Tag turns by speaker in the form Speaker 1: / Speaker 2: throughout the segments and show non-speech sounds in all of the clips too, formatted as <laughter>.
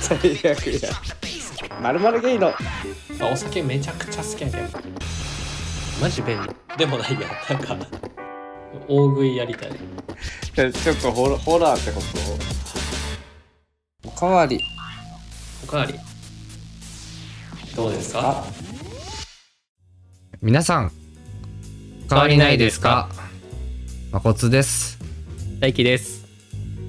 Speaker 1: 最悪や。まるまるゲイの。
Speaker 2: あお酒めちゃくちゃ好きやけどマジ便利でもないやなんか大食いやりたい
Speaker 1: ちょっとホラホラーってことおかわり。
Speaker 2: おかわりどうですか
Speaker 1: あ
Speaker 3: 皆さん変わりないですかまこつです
Speaker 2: 大輝です、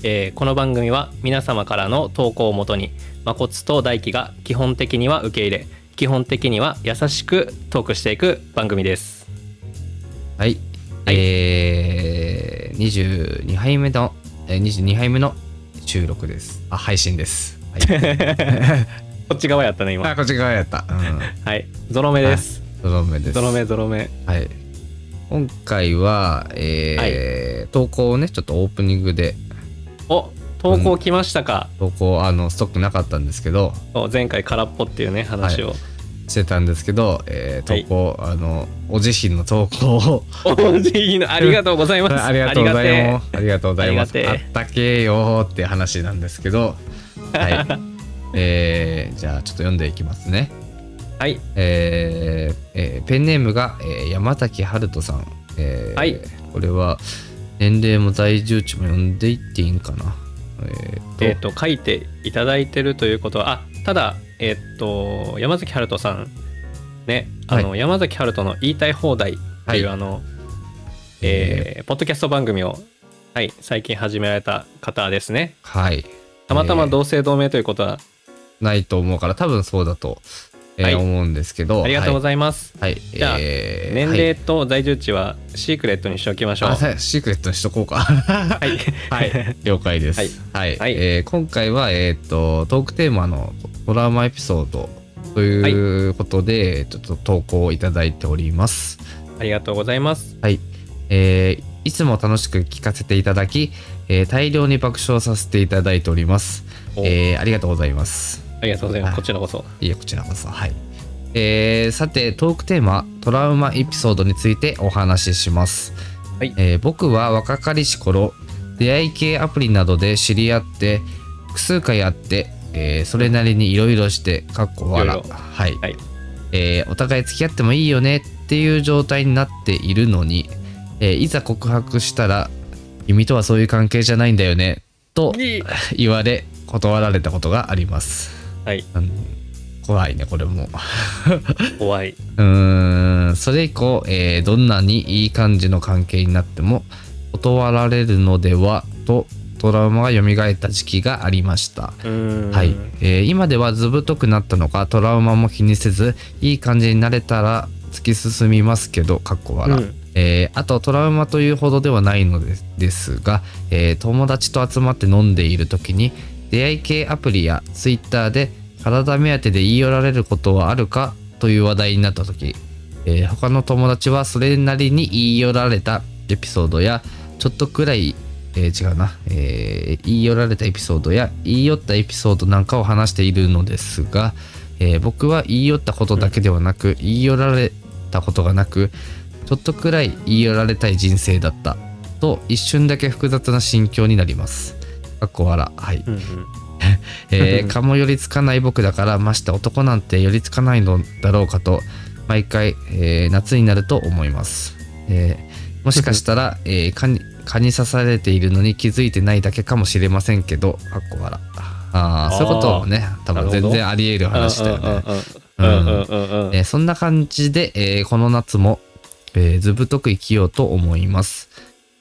Speaker 2: えーこの番組は皆様からの投稿をもとにまこつと大輝が基本的には受け入れ基本的には優しくトークしていく番組です
Speaker 3: はい、
Speaker 2: はい
Speaker 3: えー、22杯目の、えー、22杯目の収録ですあ配信です、
Speaker 2: <laughs>
Speaker 3: はい、
Speaker 2: こっち側やったね今
Speaker 3: あこっち側やったうん
Speaker 2: はいゾロ目です
Speaker 3: ゾロ目です
Speaker 2: ゾロ目ゾロ目
Speaker 3: はい今回は、えー投稿をねちょっとオープニングで
Speaker 2: お投稿来ましたか、
Speaker 3: 投稿あのストックなかったんですけど
Speaker 2: そう前回空っぽっていうね話を、
Speaker 3: してたんですけど、えー投稿、あのお自身の投稿を
Speaker 2: おじいのありがとうございます。。
Speaker 3: <laughs> ありがとうございますす。ありがとうございます。
Speaker 2: あり
Speaker 3: あ
Speaker 2: が
Speaker 3: ってたけえよーって話なんですけど、はい。
Speaker 2: <laughs>
Speaker 3: えーじゃあちょっと読んでいきますね。
Speaker 2: はい、
Speaker 3: えーえーペンネームが、えー山崎春人さん。えー
Speaker 2: はい
Speaker 3: これは年齢も在住地も読んでいっていいんかな。えーと
Speaker 2: えっ、と書いていただいてるということは、あただえっ、と山崎春人さんね、あの、山崎春人の言いたい放題っていう、
Speaker 3: は
Speaker 2: あの、えーポッドキャスト番組をはい最近始められた方ですね。
Speaker 3: はい。
Speaker 2: たまたま同姓同名ということは、
Speaker 3: ないと思うから多分そうだと、えー
Speaker 2: はい
Speaker 3: 思うんですけど。
Speaker 2: ありがとうご
Speaker 3: い
Speaker 2: ざいます。
Speaker 3: ます。はい。
Speaker 2: じゃあ
Speaker 3: えー
Speaker 2: 年
Speaker 3: はい
Speaker 2: 齢と在住地はシークレットにしておきましょう。
Speaker 3: あ
Speaker 2: は
Speaker 3: さシークレットにしとこうか。
Speaker 2: い、
Speaker 3: はい、了解です。
Speaker 2: は
Speaker 3: はいい、
Speaker 2: はい
Speaker 3: えー今回は、えー、とトークテーマのトラウマエピソードということで、ちょっと投稿をいただいております。
Speaker 2: ありがとうございます。
Speaker 3: えーいつも楽しく聞かせていただき、えー大量に爆笑させていただいております。
Speaker 2: お
Speaker 3: えーありがとうございます。
Speaker 2: ありがとうございます。
Speaker 3: はい
Speaker 2: こちらこそ。
Speaker 3: いやこちらこそはい、えーさてトークテーマトラウマエピソードについてお話しします、
Speaker 2: はい
Speaker 3: えー僕は若かりし頃出会い系アプリなどで知り合って複数回会って、えーそれなりにいろいろしてかっこ
Speaker 2: い
Speaker 3: 笑
Speaker 2: ろいろ
Speaker 3: はい、
Speaker 2: はい
Speaker 3: えーお互い付き合ってもいいよねっていう状態になっているのに、えーいざ告白したら君とはそういう関係じゃないんだよねと言われ断られたことがあります
Speaker 2: はい、
Speaker 3: うん怖いねこれも
Speaker 2: 怖い。
Speaker 3: うーんそれ以降、えーどんなにいい感じの関係になっても断られるのではとトラウマが蘇った時期がありました、
Speaker 2: うーん
Speaker 3: はい、えー今では図太くなったのかトラウマも気にせずいい感じになれたら突き進みますけどかっこ笑、
Speaker 2: うん
Speaker 3: えーあとトラウマというほどではないのですですが、えー友達と集まって飲んでいる時に出会い系アプリや Twitter で体目当てで言い寄られることはあるかという話題になった時、えー他の友達はそれなりに言い寄られたエピソードやちょっとくらい、えー違うな、えー言い寄られたエピソードや言い寄ったエピソードなんかを話しているのですが、えー僕は言い寄ったことだけではなく言い寄られたことがなくちょっとくらい言い寄られたい人生だったと一瞬だけ複雑な心境になります。かっこ笑はい、
Speaker 2: うんうん <laughs>
Speaker 3: えー蚊も寄りつかない僕だからまして男なんて寄りつかないのだろうかと毎回、えー夏になると思います、えーもしかした
Speaker 2: <laughs>
Speaker 3: ら、えー蚊に蚊に刺されているのに気づいてないだけかもしれませんけどかっこ笑あーそういうこともね多分全
Speaker 2: なる
Speaker 3: 然あり得る話だよね
Speaker 2: うんうんうんうんうん
Speaker 3: えーそんな感じで、えーこの夏も、えー、ずぶとく生きようと思います。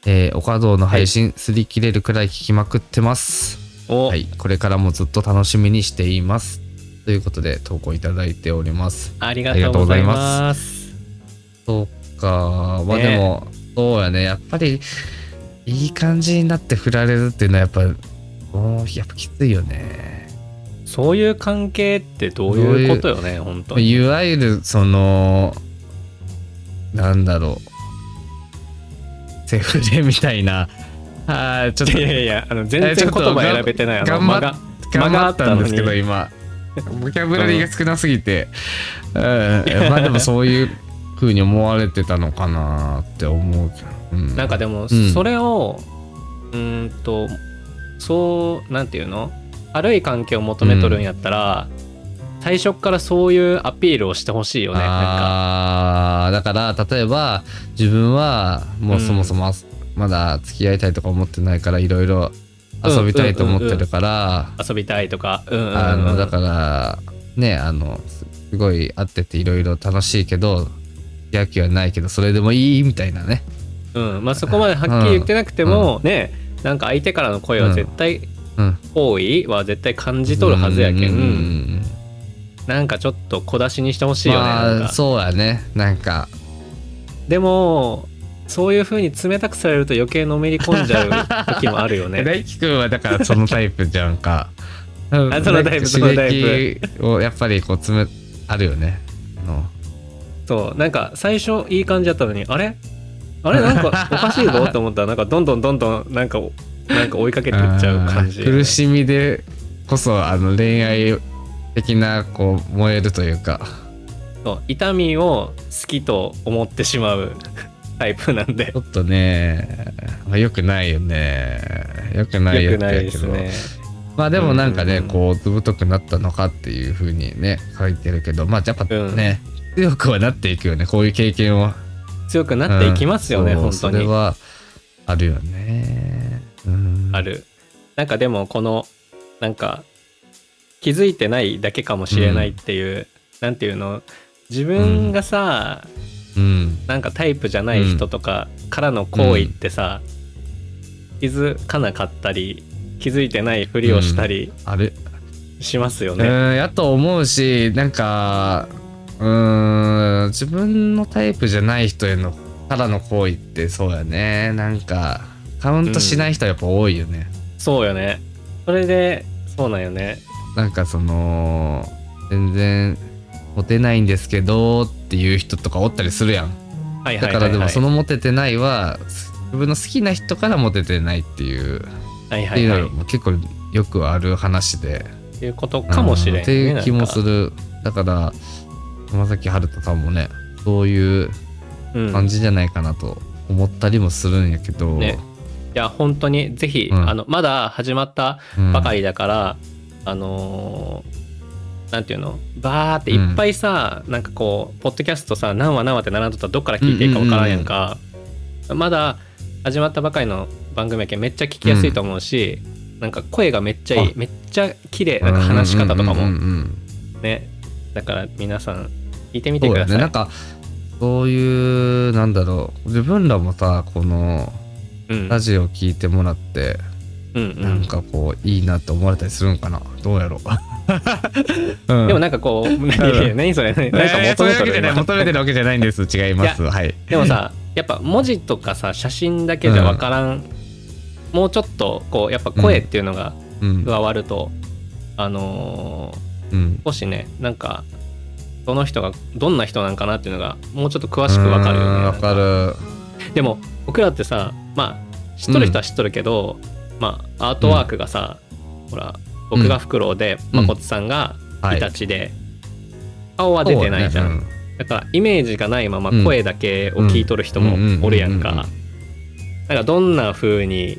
Speaker 3: えー、お稼働の配信、擦り切れるくらい聞きまくってます。
Speaker 2: お
Speaker 3: はい、これからもずっと楽しみにしています。ということで、投稿いただいております。
Speaker 2: ありがとうございます。
Speaker 3: そうか、まあ
Speaker 2: ね
Speaker 3: でも、そうやね、やっぱり、いい感じになって振られるっていうのは、やっぱ、もう、やっぱきついよね。
Speaker 2: そういう関係ってどういうことよね、本当に。
Speaker 3: いわゆるそのなんだろうセフレみたいなあーちょ
Speaker 2: いやい
Speaker 3: っ
Speaker 2: やいや、あの全然言葉選べてない。あの
Speaker 3: 頑張っ
Speaker 2: 間が
Speaker 3: と頑張
Speaker 2: 間があ
Speaker 3: っ
Speaker 2: ったの
Speaker 3: たん
Speaker 2: に
Speaker 3: ですけど今ボキャブラリーが少なすぎて、うん、まあでもそういう風に思われてたのかなって思うけど、うん、
Speaker 2: なんかでも、
Speaker 3: うん
Speaker 2: それを、うーんと、そう、なんていうの悪い関係を求めとるんやったら、最初からそういうアピールをしてほしいよねなんか
Speaker 3: あーだから例えば自分はもうそもそもあすまだ付き合いたいとか思ってないからいろいろ遊びたいと思ってるから
Speaker 2: 遊びたいとかうんうんうん
Speaker 3: あのだからねあのすすごい会ってていろいろ楽しいけど野球はないけどそれでもいいみたいなね
Speaker 2: うんまあ、そこまではっきり言ってなくても、ねなんか相手からの声は絶対
Speaker 3: うん
Speaker 2: 好意、は絶対感じ取るはずやけん、
Speaker 3: うんうん
Speaker 2: なんかちょっと小出しにしてほしいよね、なん
Speaker 3: まあ
Speaker 2: か
Speaker 3: そうやねなんか
Speaker 2: でもそういう風に冷たくされると余計のめり込んじ
Speaker 3: <laughs>
Speaker 2: ゃう時もあるよね
Speaker 3: 大輝くんはだからそのタイプじゃんかう
Speaker 2: <laughs>
Speaker 3: ん
Speaker 2: あそのタイプそのタイ
Speaker 3: 刺激をやっぱりこうつめあるよねあの
Speaker 2: そうなんか最初いい感じだったのにあれあ
Speaker 3: <laughs>
Speaker 2: れなんかおかしいぞと思ったらなんかどんどんどんどんなんかなんか追いかけていっちゃう感じ
Speaker 3: あー苦しみでこそあの恋愛的なこう燃えるというか
Speaker 2: そう痛みを好きと思ってしまうタイプなんで
Speaker 3: ちょっとね、まあ、よくないよねよくない
Speaker 2: 良
Speaker 3: よ
Speaker 2: くないですね
Speaker 3: まあでもなんかね、
Speaker 2: うんうんうん
Speaker 3: こうずぶとくなったのかっていうふうにね書いてるけどまあやっぱね、強くはなっていくよねこういう経験を
Speaker 2: 強くなっていきますよね、
Speaker 3: うんそ
Speaker 2: 本
Speaker 3: う
Speaker 2: 当
Speaker 3: それ
Speaker 2: に
Speaker 3: はあるよね、うん
Speaker 2: あるなんかでもこのなんか気づいてないだけかもしれないっていう、なんていうの自分がさ、
Speaker 3: うん
Speaker 2: なんかタイプじゃない人とかからの行為ってさ、気づかなかったり気づいてないふりをしたり
Speaker 3: ある
Speaker 2: しますよ
Speaker 3: う
Speaker 2: ね、
Speaker 3: んやと思うしなんかうん自分のタイプじゃない人へのからの行為ってそうやねなんかカウントしない人はやっぱ多いよね、
Speaker 2: そうよねそれでそうなんよね
Speaker 3: なんかその全然モテないんですけどっていう人とかおったりするやん
Speaker 2: はいは
Speaker 3: だ
Speaker 2: い
Speaker 3: か
Speaker 2: は
Speaker 3: ら
Speaker 2: い
Speaker 3: で
Speaker 2: は
Speaker 3: も
Speaker 2: い
Speaker 3: そのモテてないは自分の好きな人からモテてないっていう、
Speaker 2: はい
Speaker 3: っ
Speaker 2: は
Speaker 3: て
Speaker 2: い
Speaker 3: いう
Speaker 2: はい
Speaker 3: のも結構よくある話で
Speaker 2: っていうことかもしれん、ね、
Speaker 3: っていう気もす
Speaker 2: る
Speaker 3: るだから山崎春人さんもねそういう感じじゃないかなと思ったりもするんやけど、
Speaker 2: ねいや本当にぜひ、
Speaker 3: うん
Speaker 2: あのまだ始まった
Speaker 3: うん
Speaker 2: ばかりだから、あのーなんていうのバーっていっぱいさ、なんかこうポッドキャストさ何話何話って並んどったらどっから聞いていいかわからんやんか、まだ始まったばかりの番組やけんめっちゃ聞きやすいと思うし、なんか声がめっちゃいいめっちゃ綺麗なんか話し方とか
Speaker 3: うん
Speaker 2: も
Speaker 3: うんうんうん
Speaker 2: ねだから皆さん聞いてみて
Speaker 3: そう
Speaker 2: く
Speaker 3: だ
Speaker 2: ださ
Speaker 3: ね
Speaker 2: い、
Speaker 3: なんかそういうなんだろう自分らもさこの
Speaker 2: うん
Speaker 3: ラジオ聞いてもらって、
Speaker 2: うんうん
Speaker 3: なんかこういいなって思われたりするんかなどうやろ
Speaker 2: <laughs>
Speaker 3: う、うん
Speaker 2: でもなんかこ
Speaker 3: <laughs>
Speaker 2: う何何それ何
Speaker 3: な
Speaker 2: なんんか求
Speaker 3: か求め
Speaker 2: め
Speaker 3: て
Speaker 2: と
Speaker 3: る <laughs>
Speaker 2: る今
Speaker 3: 求めてるわけじゃないんです違いますはい
Speaker 2: でもさやっぱ文字とかさ写真だけじゃ分からん、もうちょっとこうやっぱ声っていうのが
Speaker 3: うん
Speaker 2: 加わると、あの
Speaker 3: うん
Speaker 2: ー少しねなんかその人がどんな人なんかなっていうのがもうちょっと詳しく分かるよ
Speaker 3: う
Speaker 2: ね
Speaker 3: んわかる
Speaker 2: でも僕らってさまあ知っとる人は知っとるけど、まあアートワークがさ、ほら僕がフクロウで、
Speaker 3: うん
Speaker 2: まこつさんが
Speaker 3: はい
Speaker 2: イタチで、顔は出てないじゃん、
Speaker 3: そうね
Speaker 2: だからイメージがないまま声だけを聞いとる人もおるやん
Speaker 3: うんうんうんうん
Speaker 2: かなんかどんな風に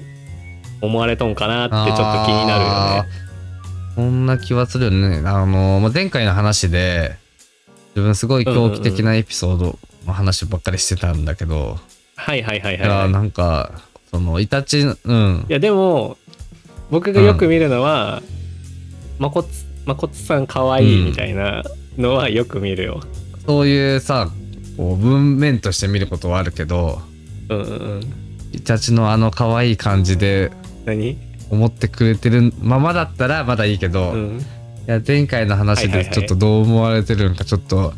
Speaker 2: 思われとんかなってちょっと気になるよね
Speaker 3: あーそんな気はするよね。あの、まあ、前回の話で、自分すごい狂気的なエピソードの話ばっかりしてたんだけど、
Speaker 2: はいはいはい
Speaker 3: い
Speaker 2: はい
Speaker 3: やー
Speaker 2: はい
Speaker 3: なんか、その、イタチ、うん
Speaker 2: い。やでも僕がよく見るのは、まこつまこつさんかわいいみたいなのはよく見るよ、
Speaker 3: そういうさ、こう文面として見ることはあるけど、
Speaker 2: うん、うんうん
Speaker 3: イタチのあの可愛い感じで
Speaker 2: 何、
Speaker 3: 思ってくれてるままだったらまだいいけど、
Speaker 2: う
Speaker 3: い
Speaker 2: ん、
Speaker 3: や前回の話
Speaker 2: はい
Speaker 3: で
Speaker 2: はいはい
Speaker 3: ちょっとどう思われてるんかちょっと、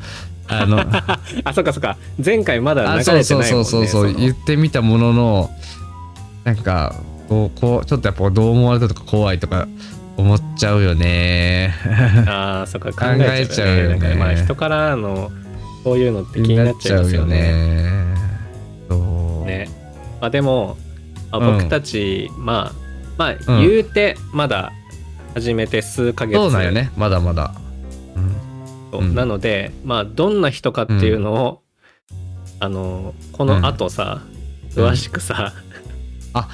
Speaker 2: <laughs>
Speaker 3: あの、
Speaker 2: あそっかそっか前回まだ
Speaker 3: あ
Speaker 2: 流
Speaker 3: そう
Speaker 2: れて
Speaker 3: そう
Speaker 2: ないもん
Speaker 3: そ
Speaker 2: ね
Speaker 3: うそうそう
Speaker 2: の
Speaker 3: 言ってみたもののなんかこうこうちょっとやっぱどう思われたとか怖いとか思っちゃうよね
Speaker 2: ああそっか考えちゃうよね
Speaker 3: 考えちゃうよ
Speaker 2: な
Speaker 3: ね
Speaker 2: んかまあ人からのそういうのって気になっちゃいますよね
Speaker 3: ねそう
Speaker 2: ね、まあ、でも、まあ
Speaker 3: うん
Speaker 2: 僕たち、まあまあ
Speaker 3: うん
Speaker 2: 言うてまだ始めて数ヶ月
Speaker 3: そうなんよねまだまだ、うん
Speaker 2: と
Speaker 3: うん
Speaker 2: なので、まあどんな人かっていうのを、あのこの後さ、
Speaker 3: うん
Speaker 2: 詳しくさ、
Speaker 3: あ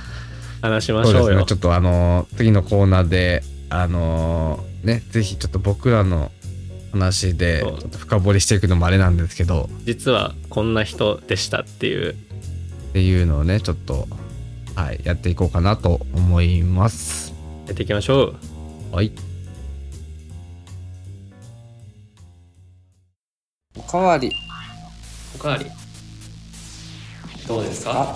Speaker 2: 話しま
Speaker 3: そう
Speaker 2: し
Speaker 3: で
Speaker 2: ょう
Speaker 3: す
Speaker 2: よ
Speaker 3: ねちょっとあの次のコーナーであのーねぜひちょっと僕らの話でち
Speaker 2: そ
Speaker 3: ょ
Speaker 2: う
Speaker 3: っと深掘りしていくのもあれなんですけど
Speaker 2: 実はこんな人でしたっていう
Speaker 3: っていうのをねちょっとはいやっていこうかなと思います
Speaker 2: やっていきましょう
Speaker 3: はい
Speaker 1: おかわり
Speaker 2: おかわりどうです
Speaker 1: あ
Speaker 2: か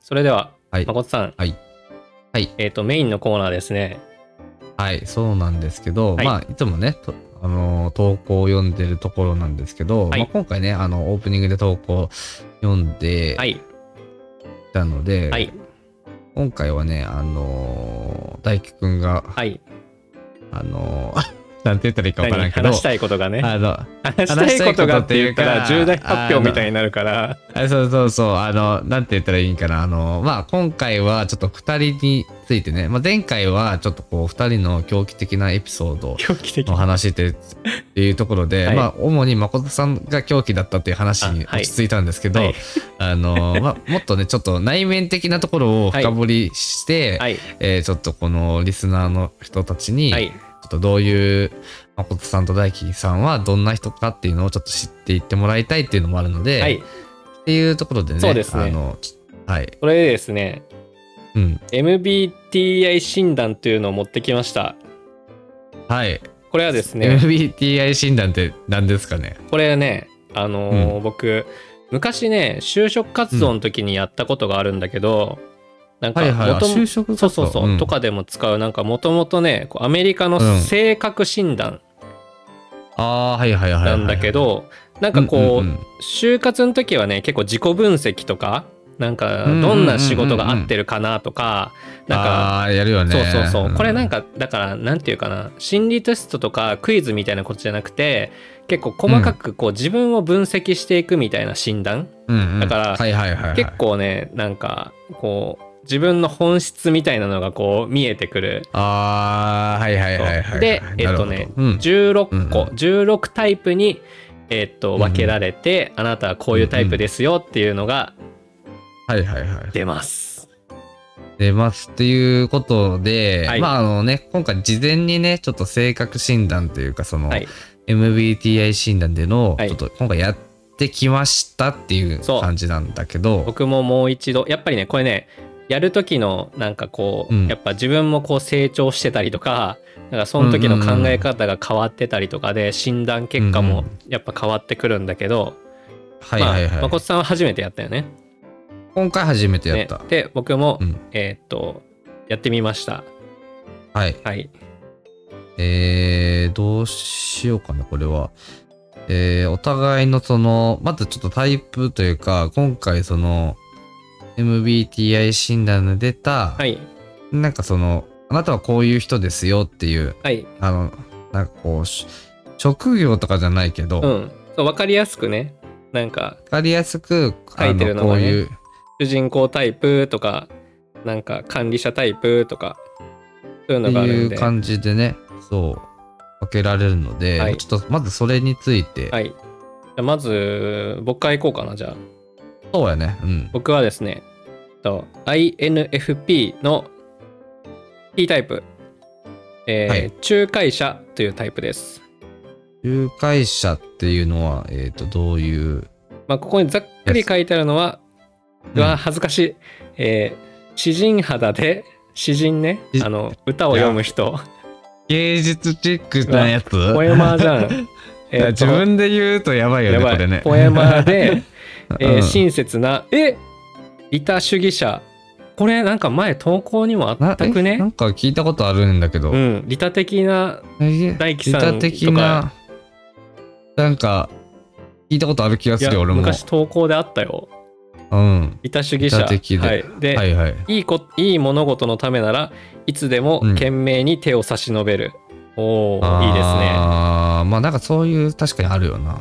Speaker 2: それでは、
Speaker 3: はい
Speaker 2: 誠さん
Speaker 3: はいはい
Speaker 2: えっ、とメインのコーナーですね
Speaker 3: はいそうなんですけど、
Speaker 2: はい
Speaker 3: まあいつもねとあのー投稿を読んでるところなんですけど、
Speaker 2: はい
Speaker 3: まあ、今回ねあのオープニングで投稿読んで
Speaker 2: はい
Speaker 3: たので、
Speaker 2: はい
Speaker 3: 今回はねあのー大輝くんが
Speaker 2: はい
Speaker 3: あのー <laughs> なんて言ったらいいかわから
Speaker 2: 何
Speaker 3: んけど
Speaker 2: 話したいことがね
Speaker 3: あの
Speaker 2: 話したいことがって言ったら
Speaker 3: 話したい
Speaker 2: 重
Speaker 3: ことって
Speaker 2: 大
Speaker 3: いうか
Speaker 2: 発表みたいになるから <laughs>
Speaker 3: あそうそうそう、あの、なんて言ったらいいんかな、あの、まあ、今回はちょっと2人についてね、まあ、前回はちょっとこう、2人の狂気的なエピソード
Speaker 2: 狂気的
Speaker 3: の話ってっていうところで、
Speaker 2: はい
Speaker 3: まあ、主に誠さんが狂気だったっていう話に
Speaker 2: あはい
Speaker 3: 落ち着いたんですけど、あ,、
Speaker 2: はい
Speaker 3: の、まあ、もっとね、ちょっと内面的なところを深掘りして、
Speaker 2: はい
Speaker 3: えーちょっとこのリスナーの人たちに、
Speaker 2: は
Speaker 3: ちょ
Speaker 2: い
Speaker 3: っとどういう、誠さんと大輝さんはどんな人かっていうのをちょっと知っていってもらいたいっていうのもあるので、
Speaker 2: はい
Speaker 3: っていうところでね、
Speaker 2: そうですね
Speaker 3: あのちはい、
Speaker 2: それでですね
Speaker 3: うん、
Speaker 2: MBTI 診断というのを持ってきました
Speaker 3: はい、
Speaker 2: これはですね
Speaker 3: MBTI 診断って何ですかね。
Speaker 2: これねあのー僕昔ね就職活動の時にやったことがあるんだけど、なんか
Speaker 3: はいはい、あ
Speaker 2: 元々
Speaker 3: 就職活
Speaker 2: そ
Speaker 3: 動
Speaker 2: うそうそう、
Speaker 3: ん
Speaker 2: とかでも使うなんかもともとねこうアメリカの
Speaker 3: うん
Speaker 2: 性格診断
Speaker 3: あーはいはいはいはい
Speaker 2: な
Speaker 3: はい、
Speaker 2: んだけど、なんかこう,、
Speaker 3: んんん
Speaker 2: 就活の時はね結構自己分析とかなんか
Speaker 3: うんうんうんうん
Speaker 2: どんな仕事が合ってるかなとか、なんか
Speaker 3: あーやるよね。
Speaker 2: そうそうそう、これなん
Speaker 3: か、
Speaker 2: かだからなんていうかな心理テストとかクイズみたいなことじゃなくて結構細かくこう自分を分析していくみたいな診断、
Speaker 3: うんうん
Speaker 2: だから
Speaker 3: はいはいはいはい、
Speaker 2: 結構ねなんかこう自分の本質みたいなのがこう見えてくる
Speaker 3: あーはいはいはいはい。
Speaker 2: でえ
Speaker 3: な
Speaker 2: っ
Speaker 3: るほ
Speaker 2: と
Speaker 3: ど
Speaker 2: ね
Speaker 3: うん、
Speaker 2: 16個、
Speaker 3: うんうん
Speaker 2: 16タイプに、えっと
Speaker 3: うんうん
Speaker 2: 分けられて、あなたはこういうタイプですよっていうのが
Speaker 3: はいはいはい。
Speaker 2: 出ます。
Speaker 3: 出ますっていうことで、
Speaker 2: はい
Speaker 3: まああのね、今回事前にね、ちょっと性格診断というか、その、
Speaker 2: はい
Speaker 3: MBTI 診断での、
Speaker 2: はい
Speaker 3: ちょっと今回やってきましたっていう
Speaker 2: そう
Speaker 3: 感じなんだけど、
Speaker 2: 僕ももう一度やっぱりねこれねやる時のなんかこう、
Speaker 3: うん
Speaker 2: やっぱ自分もこう成長してたりとかなんかその時の考え方が変わってたりとかで、診断結果
Speaker 3: う
Speaker 2: も
Speaker 3: ん
Speaker 2: やっぱ変わってくるんだけど、
Speaker 3: はいはい
Speaker 2: まあ
Speaker 3: はい。
Speaker 2: 誠さんは初めてやったよね。
Speaker 3: 今回初めてや
Speaker 2: ね
Speaker 3: った。
Speaker 2: で僕も、
Speaker 3: うん
Speaker 2: えーっとやってみました。
Speaker 3: はい。
Speaker 2: はい、
Speaker 3: えー、どうしようかな、これは。えー、お互いのその、まずちょっとタイプというか、今回その、MBTI 診断で出た、
Speaker 2: はい、
Speaker 3: なんかその、あなたはこういう人ですよっていう、
Speaker 2: はい、
Speaker 3: あの、なんかこう、し職業とかじゃないけど、
Speaker 2: う
Speaker 3: わ
Speaker 2: ん、そう分かりやすくねなんか
Speaker 3: かりやすく、あ
Speaker 2: 書いてるの
Speaker 3: こ
Speaker 2: が
Speaker 3: う
Speaker 2: ね
Speaker 3: いう、
Speaker 2: 主人公タイプとかなんか管理者タイプとかそういう
Speaker 3: って
Speaker 2: のがある
Speaker 3: い
Speaker 2: んで
Speaker 3: う感じでね、そう、分けられるので、
Speaker 2: はい
Speaker 3: ちょっとまずそれについて、
Speaker 2: はいじゃあまず僕からいこうかなじゃあ
Speaker 3: そうやね、うん。
Speaker 2: 僕はですねと INFP の T タイプ、えー
Speaker 3: はい
Speaker 2: 仲介者というタイプです、
Speaker 3: 仲介者っていうのは、えっ、と、どういう、
Speaker 2: まあ、ここにざっくり書いてあるのは、うわ恥ずかしい、えー詩人肌で詩人ね
Speaker 3: い
Speaker 2: あの歌を読む人
Speaker 3: 芸術チックなやつ
Speaker 2: ポエマーじ
Speaker 3: <laughs>
Speaker 2: ゃんえーと
Speaker 3: 自分で言うとやばいよ
Speaker 2: や
Speaker 3: ね、
Speaker 2: ば
Speaker 3: こ
Speaker 2: い、
Speaker 3: れね。
Speaker 2: ポエ
Speaker 3: <laughs>
Speaker 2: マーで、えー
Speaker 3: うん
Speaker 2: 親切なえ利他主義者これなんか前投稿にもあ
Speaker 3: な
Speaker 2: ったく
Speaker 3: えな
Speaker 2: ね
Speaker 3: んか聞いたことあるんだけど、
Speaker 2: うん利他的な大
Speaker 3: 大
Speaker 2: 樹さんとか
Speaker 3: 的な、なんか、聞いたことある気が
Speaker 2: い
Speaker 3: す
Speaker 2: や
Speaker 3: るよ、俺も。
Speaker 2: 昔投稿であったよ
Speaker 3: うん。
Speaker 2: 利他主義者
Speaker 3: 利他的で
Speaker 2: はいで
Speaker 3: はいいはい。
Speaker 2: いこいい物事のためならいつでも
Speaker 3: うん
Speaker 2: 懸命に手を差し伸べる、おおいいですね
Speaker 3: ああ、まあなんかそういう、確かにあるよな。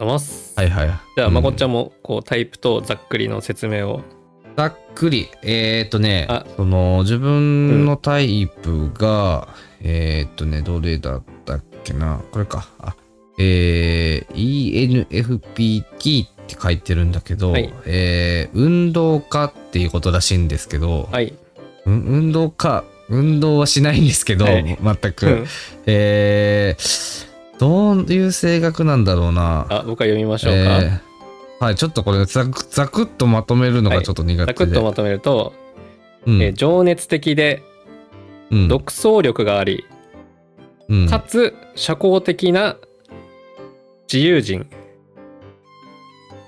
Speaker 2: あます、
Speaker 3: はいはい。
Speaker 2: じゃあまこっ
Speaker 3: ちゃん
Speaker 2: ちゃんもこうタイプとざっくりの説明を
Speaker 3: ざっくり、えー、っとね
Speaker 2: あ、
Speaker 3: その自分のタイプが、えー、っとね、どれだったっけな、これか。あえー、ENFPT って書いてるんだけど、
Speaker 2: はい
Speaker 3: えー運動家っていうことらしいんですけど、
Speaker 2: はい
Speaker 3: うん運動家運動はしないんですけど、
Speaker 2: はい
Speaker 3: 全く。えー、どういう性格なんだろうな。
Speaker 2: <laughs> あ僕は読みましょうか、
Speaker 3: えーはい、ちょっとこれざく、ざくっとまとめるのがちょっと苦手で。
Speaker 2: ざくっとまとめると、
Speaker 3: うん
Speaker 2: えー情熱的で
Speaker 3: うん
Speaker 2: 独創力があり、
Speaker 3: うん
Speaker 2: かつ社交的な自由人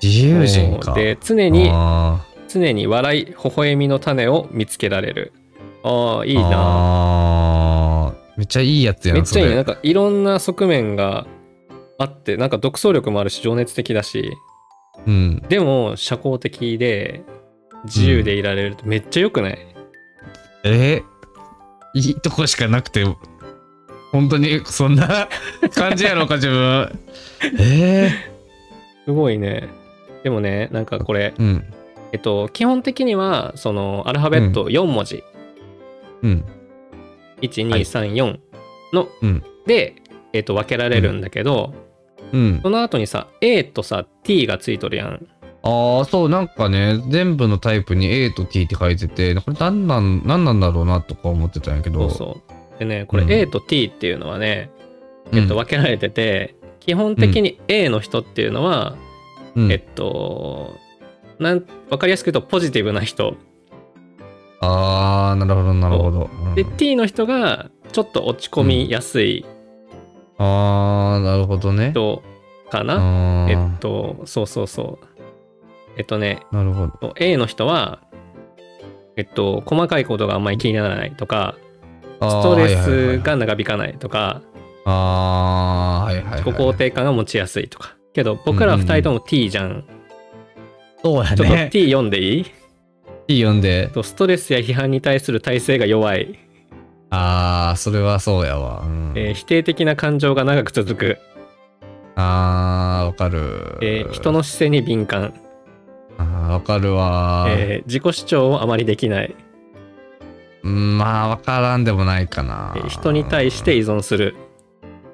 Speaker 3: 自由人か。
Speaker 2: で常に
Speaker 3: あ
Speaker 2: 常に笑い微笑みの種を見つけられるああい
Speaker 3: ー
Speaker 2: いな
Speaker 3: あーめっちゃいいやつや
Speaker 2: めっ
Speaker 3: な、
Speaker 2: ちゃいいねなん
Speaker 3: そ
Speaker 2: かいろんな側面があってなんか独創力もあるし情熱的だし
Speaker 3: れうん。
Speaker 2: でも社交的で自由でいられるとめっちゃ良くない、
Speaker 3: えーいいとこしかなくて、本当にそん
Speaker 2: <laughs>
Speaker 3: な感じやろうか、自分。え
Speaker 2: すごいねでもねなんかこれ
Speaker 3: ー、うん。
Speaker 2: えっと基本的にはそのアルファベット4文字、
Speaker 3: うん。
Speaker 2: 1234の、
Speaker 3: うん
Speaker 2: で、えっと分けられるんだけど、
Speaker 3: うん
Speaker 2: そ。の後にさ A とさ T がついとるやん
Speaker 3: ああ、そう、なんかね、全部のタイプに A と T って書いてて、これ何なん、何なんだろうなとか思ってたんやけ
Speaker 2: そ
Speaker 3: ど。
Speaker 2: うそうでねこれ
Speaker 3: うん
Speaker 2: A と T っていうのはね、
Speaker 3: うん
Speaker 2: えっと、分けられてて基本的に A の人っていうのは、
Speaker 3: うん
Speaker 2: えっとなん分かりやすく言うとポジティブな人
Speaker 3: ああ、なるほど、なるほど。うん
Speaker 2: で T の人がちょっと落ち込みやすい
Speaker 3: ああ、なるほどね。
Speaker 2: 人かな、
Speaker 3: あ
Speaker 2: え
Speaker 3: ー
Speaker 2: っとそうそうそうえっとね
Speaker 3: なるほど。
Speaker 2: A の人は、えっと、細かいことがあんまり気にならないとか、ストレスが長引かないとか、
Speaker 3: あーはいはいはいはいあー、はいはい、は
Speaker 2: 自
Speaker 3: い。
Speaker 2: 己肯定感が持ちやすいとか。けど、僕ら二人とも T じゃん。
Speaker 3: そうや
Speaker 2: ちょっと
Speaker 3: ね。
Speaker 2: T 読んでいい、
Speaker 3: T 読んで
Speaker 2: えっ。とストレスや批判に対する耐性が弱い、
Speaker 3: ああ、それはそうやわ。うん
Speaker 2: えー否定的な感情が長く続く、
Speaker 3: ああ、わかる。
Speaker 2: えー人の視線に敏感、
Speaker 3: あーわかるわ、
Speaker 2: えー自己主張をあまりできない、
Speaker 3: うんまあ、わからんでもないかな
Speaker 2: え。ー人に対して依存する、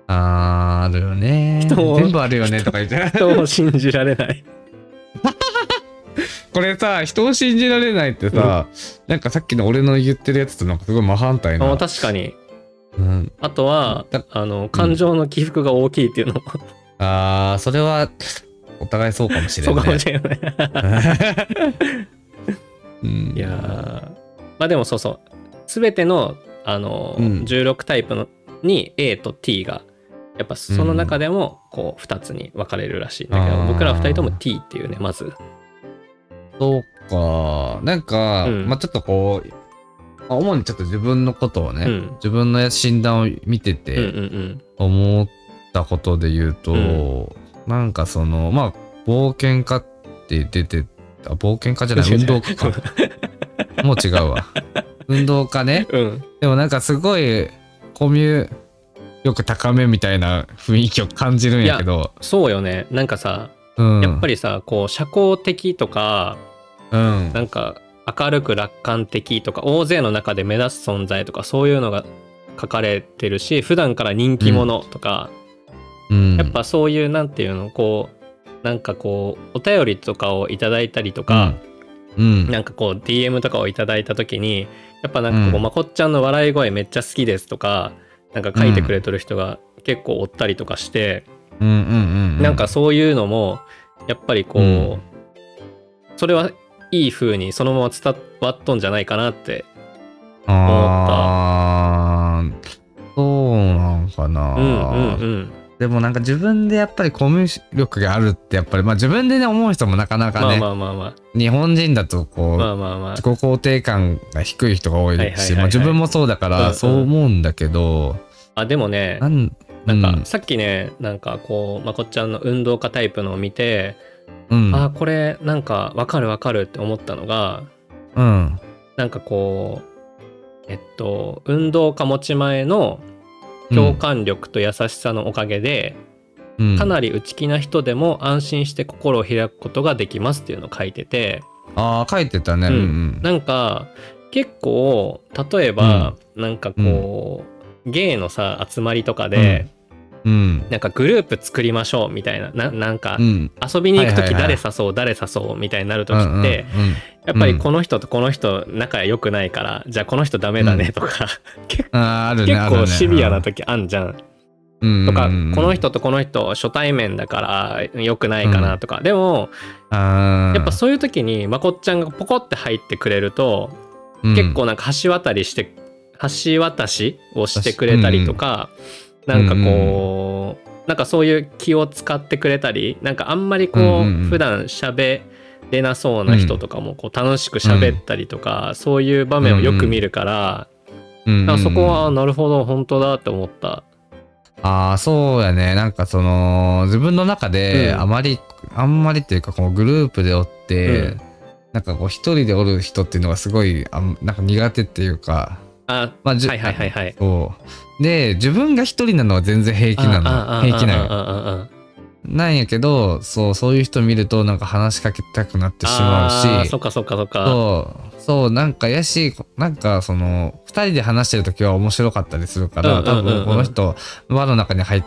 Speaker 3: あーあるよね。
Speaker 2: 人を
Speaker 3: 全部あるよねとか言って。
Speaker 2: 人を信じられない。
Speaker 3: これさ、人を信じられないってさ、なんかさっきの俺の言ってるやつとなんかすごい真反対
Speaker 2: あ
Speaker 3: な。
Speaker 2: 確かに。
Speaker 3: うん、
Speaker 2: あとは
Speaker 3: だ、
Speaker 2: あの、感情の起伏が大きいっていうのも、
Speaker 3: ああ、それはお互いそうかもしれ
Speaker 2: そう
Speaker 3: ない。
Speaker 2: かもしれない。
Speaker 3: うん
Speaker 2: いやーまあでもそうそう全てのあのー、
Speaker 3: うん
Speaker 2: 16タイプのに A と T がやっぱその中でもこう2つに分かれるらしいんだけど、
Speaker 3: あー
Speaker 2: 僕ら2人とも T っていうねまず
Speaker 3: そうか。なんか、
Speaker 2: うん
Speaker 3: まあちょっとこう、まあ主にちょっと自分のことをね、
Speaker 2: うん
Speaker 3: 自分の診断を見て
Speaker 2: うんうん
Speaker 3: て思ったことで言うと、
Speaker 2: うん
Speaker 3: なんかその、まあ冒険家って出て、あ冒険家じゃない、
Speaker 2: <laughs> 違う違う
Speaker 3: 運動家か。もう違うわ。運動家ね。
Speaker 2: うんうん
Speaker 3: でもなんかすごい、コミュ力高めみたいな雰囲気を感じるんやけど、
Speaker 2: そうよねなんかさ、
Speaker 3: うん、
Speaker 2: やっぱ
Speaker 3: り、
Speaker 2: りさこう社交的とか
Speaker 3: うん、
Speaker 2: なんか明るく楽観的とか大勢の中で目立つ存在とかそういうのが書かれてるし普段から人気者とか、
Speaker 3: うん
Speaker 2: やっぱそういうなんていうのこうなんかこうお便りとかをいただいたりとか、
Speaker 3: うん、
Speaker 2: なんかこう DM とかをいただいた時にやっぱなんかこう、
Speaker 3: うん
Speaker 2: まこっちゃんの笑い声めっちゃ好きですとかなんか書いてくれてる人が結構おったりとかして、
Speaker 3: うん、うん、うんうん。
Speaker 2: なんかそういうのもやっぱりこう、
Speaker 3: うん
Speaker 2: それはいい風にそのまま伝わっとんじゃないかなって
Speaker 3: あーそうなんかな、
Speaker 2: うんうんうん
Speaker 3: でもなんか自分でやっぱりコミュ力があるってやっぱりまあ自分でね思う人もなかなか
Speaker 2: まあ
Speaker 3: ね、
Speaker 2: まあまあま
Speaker 3: 日本人だとこ
Speaker 2: あ
Speaker 3: う、
Speaker 2: まあまあまあ
Speaker 3: 自己肯定感が低い人が多い
Speaker 2: はいはいはいは
Speaker 3: し
Speaker 2: い
Speaker 3: まあ自分もそうだか
Speaker 2: うんう
Speaker 3: ら
Speaker 2: ん
Speaker 3: そう思うんだけど、
Speaker 2: あでもね
Speaker 3: なん
Speaker 2: なん
Speaker 3: う
Speaker 2: か
Speaker 3: ん
Speaker 2: さっきねなんかこうまこっちゃんの運動家タイプのを見て、
Speaker 3: うん
Speaker 2: あーこれなんかわかるわかるって思ったのが
Speaker 3: うん
Speaker 2: なんかこうえっと運動家持ち前の
Speaker 3: うん
Speaker 2: 共感力と優しさのおかげで、
Speaker 3: うん
Speaker 2: かなり内気な人でも安心して心を開くことができますっていうのを書いてて
Speaker 3: ああ書いてたね
Speaker 2: う
Speaker 3: うんん
Speaker 2: なんか結構例えば、なんかこう、芸のさ集まりとかで、
Speaker 3: うんうん。
Speaker 2: なんかグループ作りましょうみたいなななんか
Speaker 3: うん。
Speaker 2: 遊びに行く
Speaker 3: はい
Speaker 2: 時
Speaker 3: はいは
Speaker 2: 誰
Speaker 3: い
Speaker 2: 誘う誰誘うみたいになる時
Speaker 3: うんうん
Speaker 2: っ
Speaker 3: うん
Speaker 2: てやっぱりこの人とこの人仲良くないからじゃあこの人ダメだねとか
Speaker 3: <laughs>
Speaker 2: 結
Speaker 3: あーあるね。あるね
Speaker 2: 構シビアな時あんじゃん
Speaker 3: うん
Speaker 2: とか
Speaker 3: うんうんうん
Speaker 2: この人とこの人初対面だから良くないかなとかでも
Speaker 3: あー
Speaker 2: やっぱそういう時にまこっちゃんがポコって入ってくれると
Speaker 3: うん
Speaker 2: 結構なんか橋渡りして橋渡しをしてくれたりとか、
Speaker 3: うん
Speaker 2: なんかこう、なんかそういう気を使ってくれたりなんかあんまりこう、
Speaker 3: うんうんうん
Speaker 2: 普段喋れなそうな人とかもこう楽しく喋ったりとか、そういう場面をよく見るから、
Speaker 3: うんうんうん
Speaker 2: なんかそこはあなるほど本当だって思った。
Speaker 3: ああ、そうやね。なんかその、自分の中で、
Speaker 2: うん
Speaker 3: あまり、あんまりっていうか、このグループでおって、
Speaker 2: うん
Speaker 3: なんかこう、一人でおる人っていうのがすごい、あんなんか苦手っていうか、
Speaker 2: あ
Speaker 3: まあ、じゅ
Speaker 2: はいはいはいはい。
Speaker 3: そう。で、自分が一人なのは全然平気な
Speaker 2: あああ
Speaker 3: の。平気なの。
Speaker 2: ああ
Speaker 3: なんやけど、そう、そういう人見ると、なんか話しかけたくなってし
Speaker 2: あ
Speaker 3: まう
Speaker 2: あ
Speaker 3: し
Speaker 2: そ、っかそっかそっか。
Speaker 3: そう、そう、なんかやし、なんかその、二人で話してるときは面白かったりするから、
Speaker 2: うんうんうんうん
Speaker 3: 多分この人、輪の中に入っ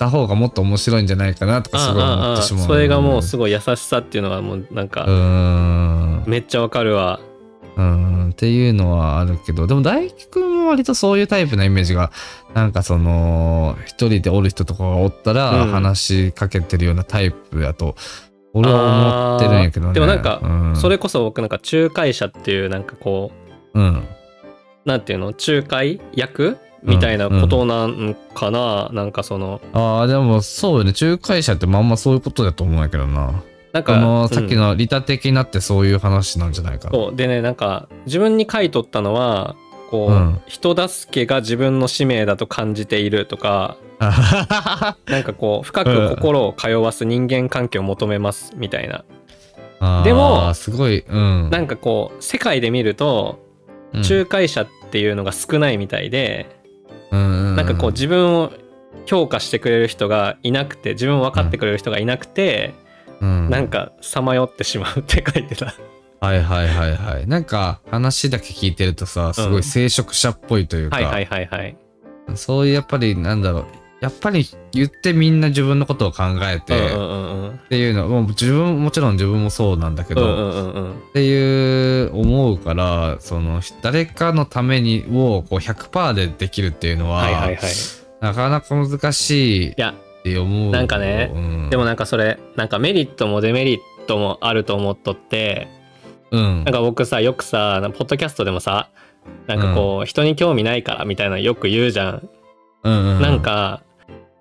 Speaker 3: た方がもっと面白いんじゃないかなとかすごい思ってしまう。
Speaker 2: それがもうす
Speaker 3: う
Speaker 2: ごい優しさっていうのはもうなんか、
Speaker 3: ーん。う
Speaker 2: めっちゃわかるわ。
Speaker 3: ーん。っていうのはあるけど、でも大輝くんも割とそういうタイプなイメージが、なんかその、一人でおる人とかがおったら、
Speaker 2: うん
Speaker 3: 話しかけてるようなタイプやと、俺は思ってるんやけど
Speaker 2: あ
Speaker 3: ね。
Speaker 2: ーでもなんか
Speaker 3: うん
Speaker 2: それ、こそ僕なんか仲介者っていうなんかこ
Speaker 3: うん。
Speaker 2: うなんていうの仲介役みたいなことなんかな、なんかその
Speaker 3: ああ、でもそうよね。仲介者ってまんまそういうことだと思うんやけどな。
Speaker 2: なん
Speaker 3: こ
Speaker 2: か
Speaker 3: のさっき
Speaker 2: うん
Speaker 3: の利他的なってそういう話なんじゃないかな。
Speaker 2: そうでねなんか自分に書いとったのはこう、
Speaker 3: うん
Speaker 2: 人助けが自分の使命だと感じているとか
Speaker 3: <laughs> あはは
Speaker 2: なんかこう深く心を通わす人間関係を求めますみたいな、
Speaker 3: は
Speaker 2: でも
Speaker 3: あーすごい、うん。
Speaker 2: なんかこう世界で見ると
Speaker 3: うん
Speaker 2: 仲介者っていうのが少ないみたいで、
Speaker 3: うん、
Speaker 2: なんかこう自分を評価してくれる人がいなくて自分を分かってくれる人がいなくて、
Speaker 3: うん、
Speaker 2: なんかさまよってしまうって書いて
Speaker 3: <laughs>
Speaker 2: た。
Speaker 3: はいはいはいはい。なんか話だけ聞いてるとさ、すごい聖職者っぽいというか、
Speaker 2: はいはいはいはい。
Speaker 3: そういうやっぱりなんだろう。やっぱり言ってみんな自分のことを考え
Speaker 2: うん
Speaker 3: て
Speaker 2: うんうんうん
Speaker 3: っていうのもう自分もちろん自分もそうなんだけ
Speaker 2: うん
Speaker 3: ど、
Speaker 2: うんうんうん
Speaker 3: っていう思うからその誰かのためにをこう100%でできるっていうのは,、
Speaker 2: はいはいはい。い
Speaker 3: なかなか難しいっ
Speaker 2: や
Speaker 3: て思う
Speaker 2: なんかね
Speaker 3: うん、
Speaker 2: でもなんかそれなんかメリットもデメリットもあると思っとって
Speaker 3: うん
Speaker 2: なんか僕さよくさポッドキャストでもさなんかこう、人に興味ないからみたいなのよく言うじゃん。
Speaker 3: うんうん
Speaker 2: なんか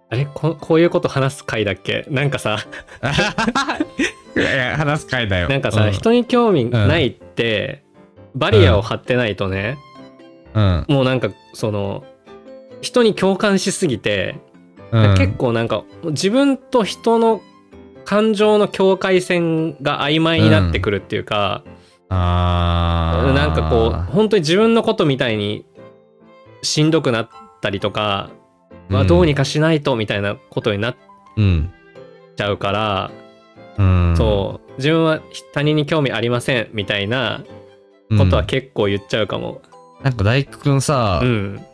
Speaker 2: あれここういうこと話す回だっけなんかさ
Speaker 3: <laughs> いや話す回だよ
Speaker 2: なんかさ、
Speaker 3: う
Speaker 2: 人に興味ないって、バリアを張ってないとね、
Speaker 3: うん
Speaker 2: もうなんかその人に共感しすぎて、
Speaker 3: うん
Speaker 2: 結構なんか自分と人の感情の境界線が曖昧になってくるっていうか、
Speaker 3: あー
Speaker 2: なんかこう本当に自分のことみたいにしんどくなったりとか、まあ
Speaker 3: ん
Speaker 2: どうにかしないとみたいなことになっ
Speaker 3: うん、
Speaker 2: ちゃうから、
Speaker 3: うん、
Speaker 2: そう自分は他人に興味ありませんみたいなことは結構言っちゃうかも。
Speaker 3: うんなんか大工くんさ、
Speaker 2: うん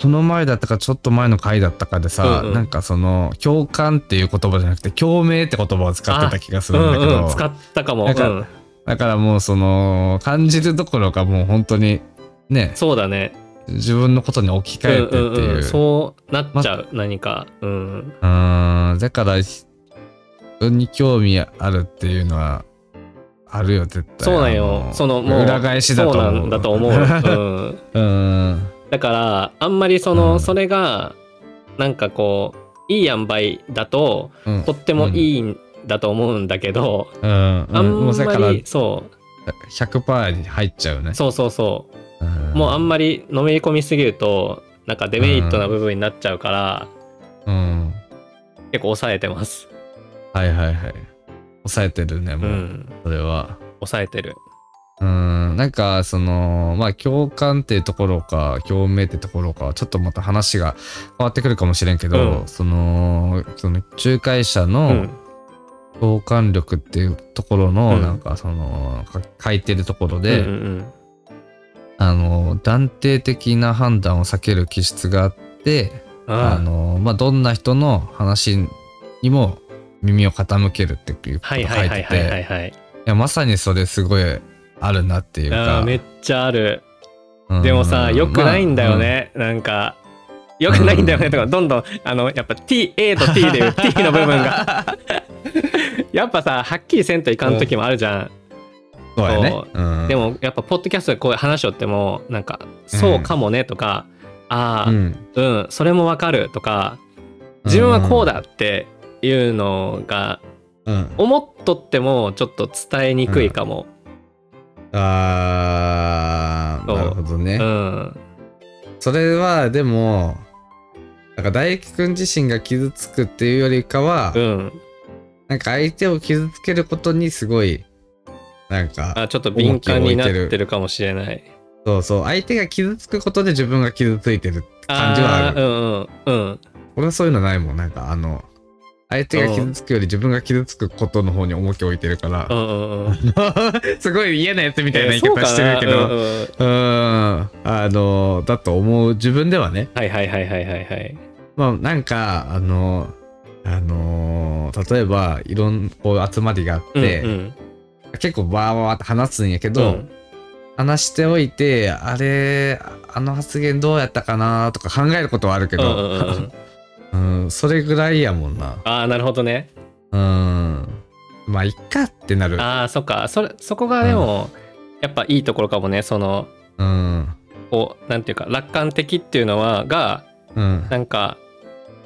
Speaker 3: その前だったかちょっと前の回だったかでさ、
Speaker 2: うんうん
Speaker 3: なんかその共感っていう言葉じゃなくて共鳴って言葉を使ってた気がするんだけど、
Speaker 2: うんうん、使ったかも、
Speaker 3: なんか
Speaker 2: うん
Speaker 3: だからもうその感じるどころかもう本当にね
Speaker 2: そうだね、
Speaker 3: 自分のことに置き換えてっていう,、
Speaker 2: んんんそうなっちゃう、何かうん
Speaker 3: うーんだから自分に興味あるっていうのはあるよ絶対
Speaker 2: そうなん
Speaker 3: あ
Speaker 2: よ
Speaker 3: の
Speaker 2: そのもう
Speaker 3: 裏返しだと思う
Speaker 2: そうなんだと
Speaker 3: <laughs>
Speaker 2: 思う、うん、
Speaker 3: うーん
Speaker 2: だからあんまりその、
Speaker 3: うん
Speaker 2: それがなんかこういい塩梅だと
Speaker 3: うん
Speaker 2: とってもいいんだと思うんだけど、
Speaker 3: うんうん
Speaker 2: あん
Speaker 3: もうだか
Speaker 2: ま
Speaker 3: ら
Speaker 2: りそう
Speaker 3: 100%に入っちゃうね
Speaker 2: そうそうそううもうあん
Speaker 3: ま
Speaker 2: まりのめり込みすぎるとなんかデメリットな部分になっちゃうから、
Speaker 3: うん
Speaker 2: 結構抑えてます
Speaker 3: はいはいはい抑えてるね
Speaker 2: う
Speaker 3: もう、
Speaker 2: ん
Speaker 3: それは
Speaker 2: 抑えてる
Speaker 3: うーんなんかそのまあ共感っていうところか共鳴ってところかちょっとまた話が変わってくるかもしれんけど、
Speaker 2: うん
Speaker 3: そのその仲介者
Speaker 2: う
Speaker 3: の
Speaker 2: ん
Speaker 3: 共感力っていうところの、
Speaker 2: うん
Speaker 3: なんかそのか書いてるところ
Speaker 2: うん
Speaker 3: で、
Speaker 2: うん
Speaker 3: あの断定的な判断を避ける気質があって
Speaker 2: うんうん
Speaker 3: あのまあ、どんな人の話にも耳を傾けるっていうこと
Speaker 2: は
Speaker 3: を書
Speaker 2: い
Speaker 3: い
Speaker 2: はいは
Speaker 3: て
Speaker 2: いはいは
Speaker 3: て
Speaker 2: いはい
Speaker 3: いやまさにそれすごいあるなっていう
Speaker 2: あ
Speaker 3: か
Speaker 2: ーめっちゃある
Speaker 3: うん
Speaker 2: でもさよくないんだよね、なんかよくないんだよねとかどんどんあのやっぱ TA と T
Speaker 3: <laughs>
Speaker 2: でいう T の部分が <laughs> やっぱさはっきりせんといかん時もあるじゃん、
Speaker 3: まあうんそうやね
Speaker 2: こ、
Speaker 3: うん、
Speaker 2: でもやっぱポッドキャストでこういう話をってもなんか「そうかもね」とか「ああ
Speaker 3: う
Speaker 2: うん、
Speaker 3: ん
Speaker 2: それもわかる」とか「自分はこうだ」っていうのが
Speaker 3: うん
Speaker 2: 思っとってもちょっと伝えにくいかも、
Speaker 3: あー
Speaker 2: そう
Speaker 3: なるほどね、
Speaker 2: うん、
Speaker 3: それはでもなんか大輝くん自身が傷つくっていうよりかは、
Speaker 2: うん、
Speaker 3: なんか相手を傷つけることにすごいなんか
Speaker 2: あちょっと敏感になってるかもしれない
Speaker 3: そうそう相手が傷つくことで自分が傷ついてる感じはある
Speaker 2: ーうんうんうん
Speaker 3: 俺はそういうのないもんなんかあの相手が傷つくより自分が傷つくことの方に重きを置いてるか
Speaker 2: う
Speaker 3: ら、
Speaker 2: んうんうん
Speaker 3: <laughs> すごい嫌なやつみたいな言い
Speaker 2: えーそう
Speaker 3: 方
Speaker 2: かな
Speaker 3: してるけど、
Speaker 2: うんうん
Speaker 3: うーんあのだと思う自分ではね
Speaker 2: はいはいはいはいはいはい
Speaker 3: まあなんかあのあの例えばいろんこう集まりがあって、
Speaker 2: うんうん
Speaker 3: 結構バーバーって話すんやけど、
Speaker 2: うん
Speaker 3: 話しておいてあれあの発言どうやったかなとか考えることはあるけ
Speaker 2: うんう
Speaker 3: ど、
Speaker 2: んうんうん
Speaker 3: うんそれぐらいやもんな
Speaker 2: ああなるほどね
Speaker 3: うんまあいっかってなる
Speaker 2: ああそっかそれそこがでも、やっぱいいところかもねその
Speaker 3: うん
Speaker 2: こうなんていうか楽観的っていうのはが
Speaker 3: うん
Speaker 2: なんか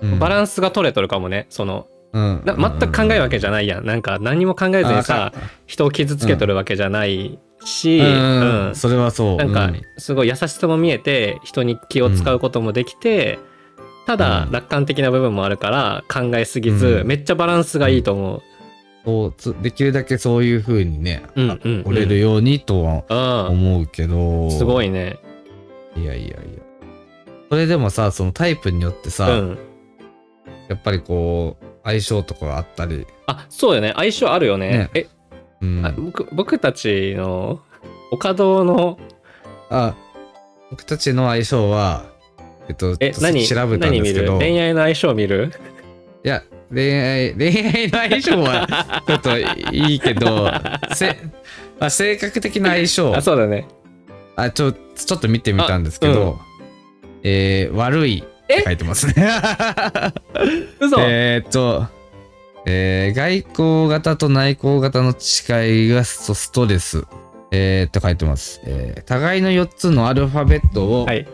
Speaker 3: うん
Speaker 2: バランスが取れとるかもね、その
Speaker 3: うん
Speaker 2: な全く考えるわけじゃないやん、なんか何も考えずに
Speaker 3: あ
Speaker 2: さ
Speaker 3: か
Speaker 2: 人を傷つけとるわけじゃないし、
Speaker 3: う、
Speaker 2: うんん
Speaker 3: それはそう
Speaker 2: なん
Speaker 3: う
Speaker 2: かすごい優しさも見えて人に気を使うこともできて、ただ
Speaker 3: うん
Speaker 2: 楽観的な部分もあるから考えすぎず、
Speaker 3: うん
Speaker 2: めっちゃバランスがいいと思う。
Speaker 3: そうつできるだけそういうふうにね、
Speaker 2: うんうんうん
Speaker 3: 折れるようにとは
Speaker 2: うん、
Speaker 3: 思うけど、
Speaker 2: すご
Speaker 3: い
Speaker 2: いね。
Speaker 3: いやいやいやそれでもさそのタイプによって
Speaker 2: う
Speaker 3: さ、
Speaker 2: ん、
Speaker 3: やっぱりこう相性とかがあったり、
Speaker 2: あそうよね相性あるよね。え
Speaker 3: うん、
Speaker 2: あ僕僕たちの岡堂の
Speaker 3: あ、僕たちの相性は、えっと、
Speaker 2: え
Speaker 3: ちょっと
Speaker 2: 何
Speaker 3: 調べたん
Speaker 2: 何
Speaker 3: で
Speaker 2: 見
Speaker 3: すけ
Speaker 2: る
Speaker 3: ど、
Speaker 2: 恋
Speaker 3: い
Speaker 2: 愛の相性見る
Speaker 3: や、恋愛、 <laughs> 恋愛の相性
Speaker 2: <laughs>
Speaker 3: はちょっといいけど、せまあ、性格的な相性
Speaker 2: あそうだね。
Speaker 3: あちょ、ちょっと見てみたんですけど、えー悪いって書いてますね。
Speaker 2: 嘘、
Speaker 3: えーっと、えー外交型と内向型の違いがスストレス、えー、って書いてます、えー互いの4つのアルファベットを、
Speaker 2: はい。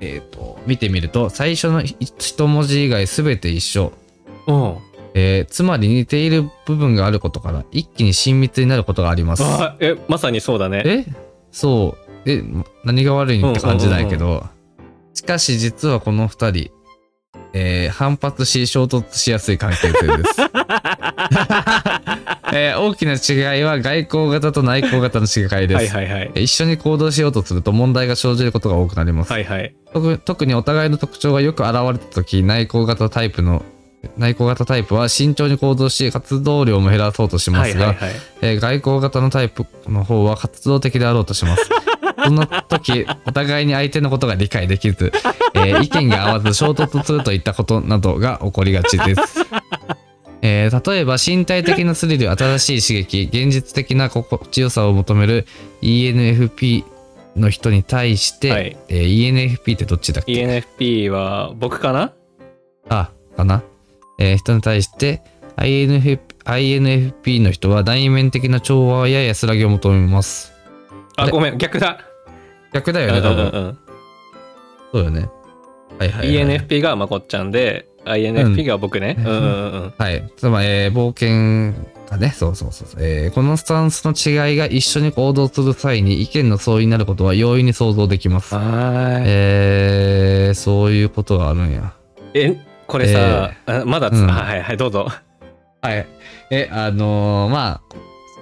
Speaker 3: えー、と見てみると最初の一文字以外全て一緒、
Speaker 2: うん。
Speaker 3: えーつまり似ている部分があることから一気に親密になることがあります
Speaker 2: あえまさにそうだね。
Speaker 3: えそうえ何が悪いって感じないけど、しかし実はこの二人、えー反発し衝突しやすい関係性
Speaker 2: <laughs>
Speaker 3: です、えー大きな違いは外交型と内向型の違いです、
Speaker 2: はいはいはい。
Speaker 3: 一緒に行動しようとすると問題が生じることが多くなります、
Speaker 2: はいはい。
Speaker 3: 特特にお互いの特徴がよく現れた時内向型タイプの内向型タイプは慎重に行動し活動量も減らそうとしま
Speaker 2: はい
Speaker 3: す
Speaker 2: は
Speaker 3: が、
Speaker 2: いはい。
Speaker 3: えー外交型のタイプの方は活動的であろうとし
Speaker 2: <laughs>
Speaker 3: ますそんな時お互いに相手のことが理解できず、えー意見が合わず衝突するといったことなどが起こりが
Speaker 2: <laughs>
Speaker 3: ちですえー例えば身体的なスリル新しい刺激現実的な心地よさを求める ENFP の人に対して、
Speaker 2: はい
Speaker 3: えー ENFP ってどっちだっけ
Speaker 2: ENFP は僕かな
Speaker 3: あ、かな。えー人に対して INFP, INFP の人は内面的な調和や安らぎを求めます。あ
Speaker 2: あ
Speaker 3: れ
Speaker 2: ごめん逆だ。
Speaker 3: 逆だ
Speaker 2: う
Speaker 3: よ
Speaker 2: んう
Speaker 3: ね、多
Speaker 2: ん
Speaker 3: 分。
Speaker 2: うん
Speaker 3: そうよね。はいはい、はい。
Speaker 2: ENFP がまこっちゃんで INFP が僕ね。
Speaker 3: う
Speaker 2: うんんうんうん。
Speaker 3: はい。つまり、えー冒険がね、そうそうそうそう、えーこのスタンスの違いが一緒に行動する際に意見の相違になることは容易に想像できます。
Speaker 2: は
Speaker 3: えー、そういうことがあるんや。
Speaker 2: い。えこれさ、あまだつ、
Speaker 3: うん
Speaker 2: はいはいどうぞ。
Speaker 3: はい。え、あのーまあ、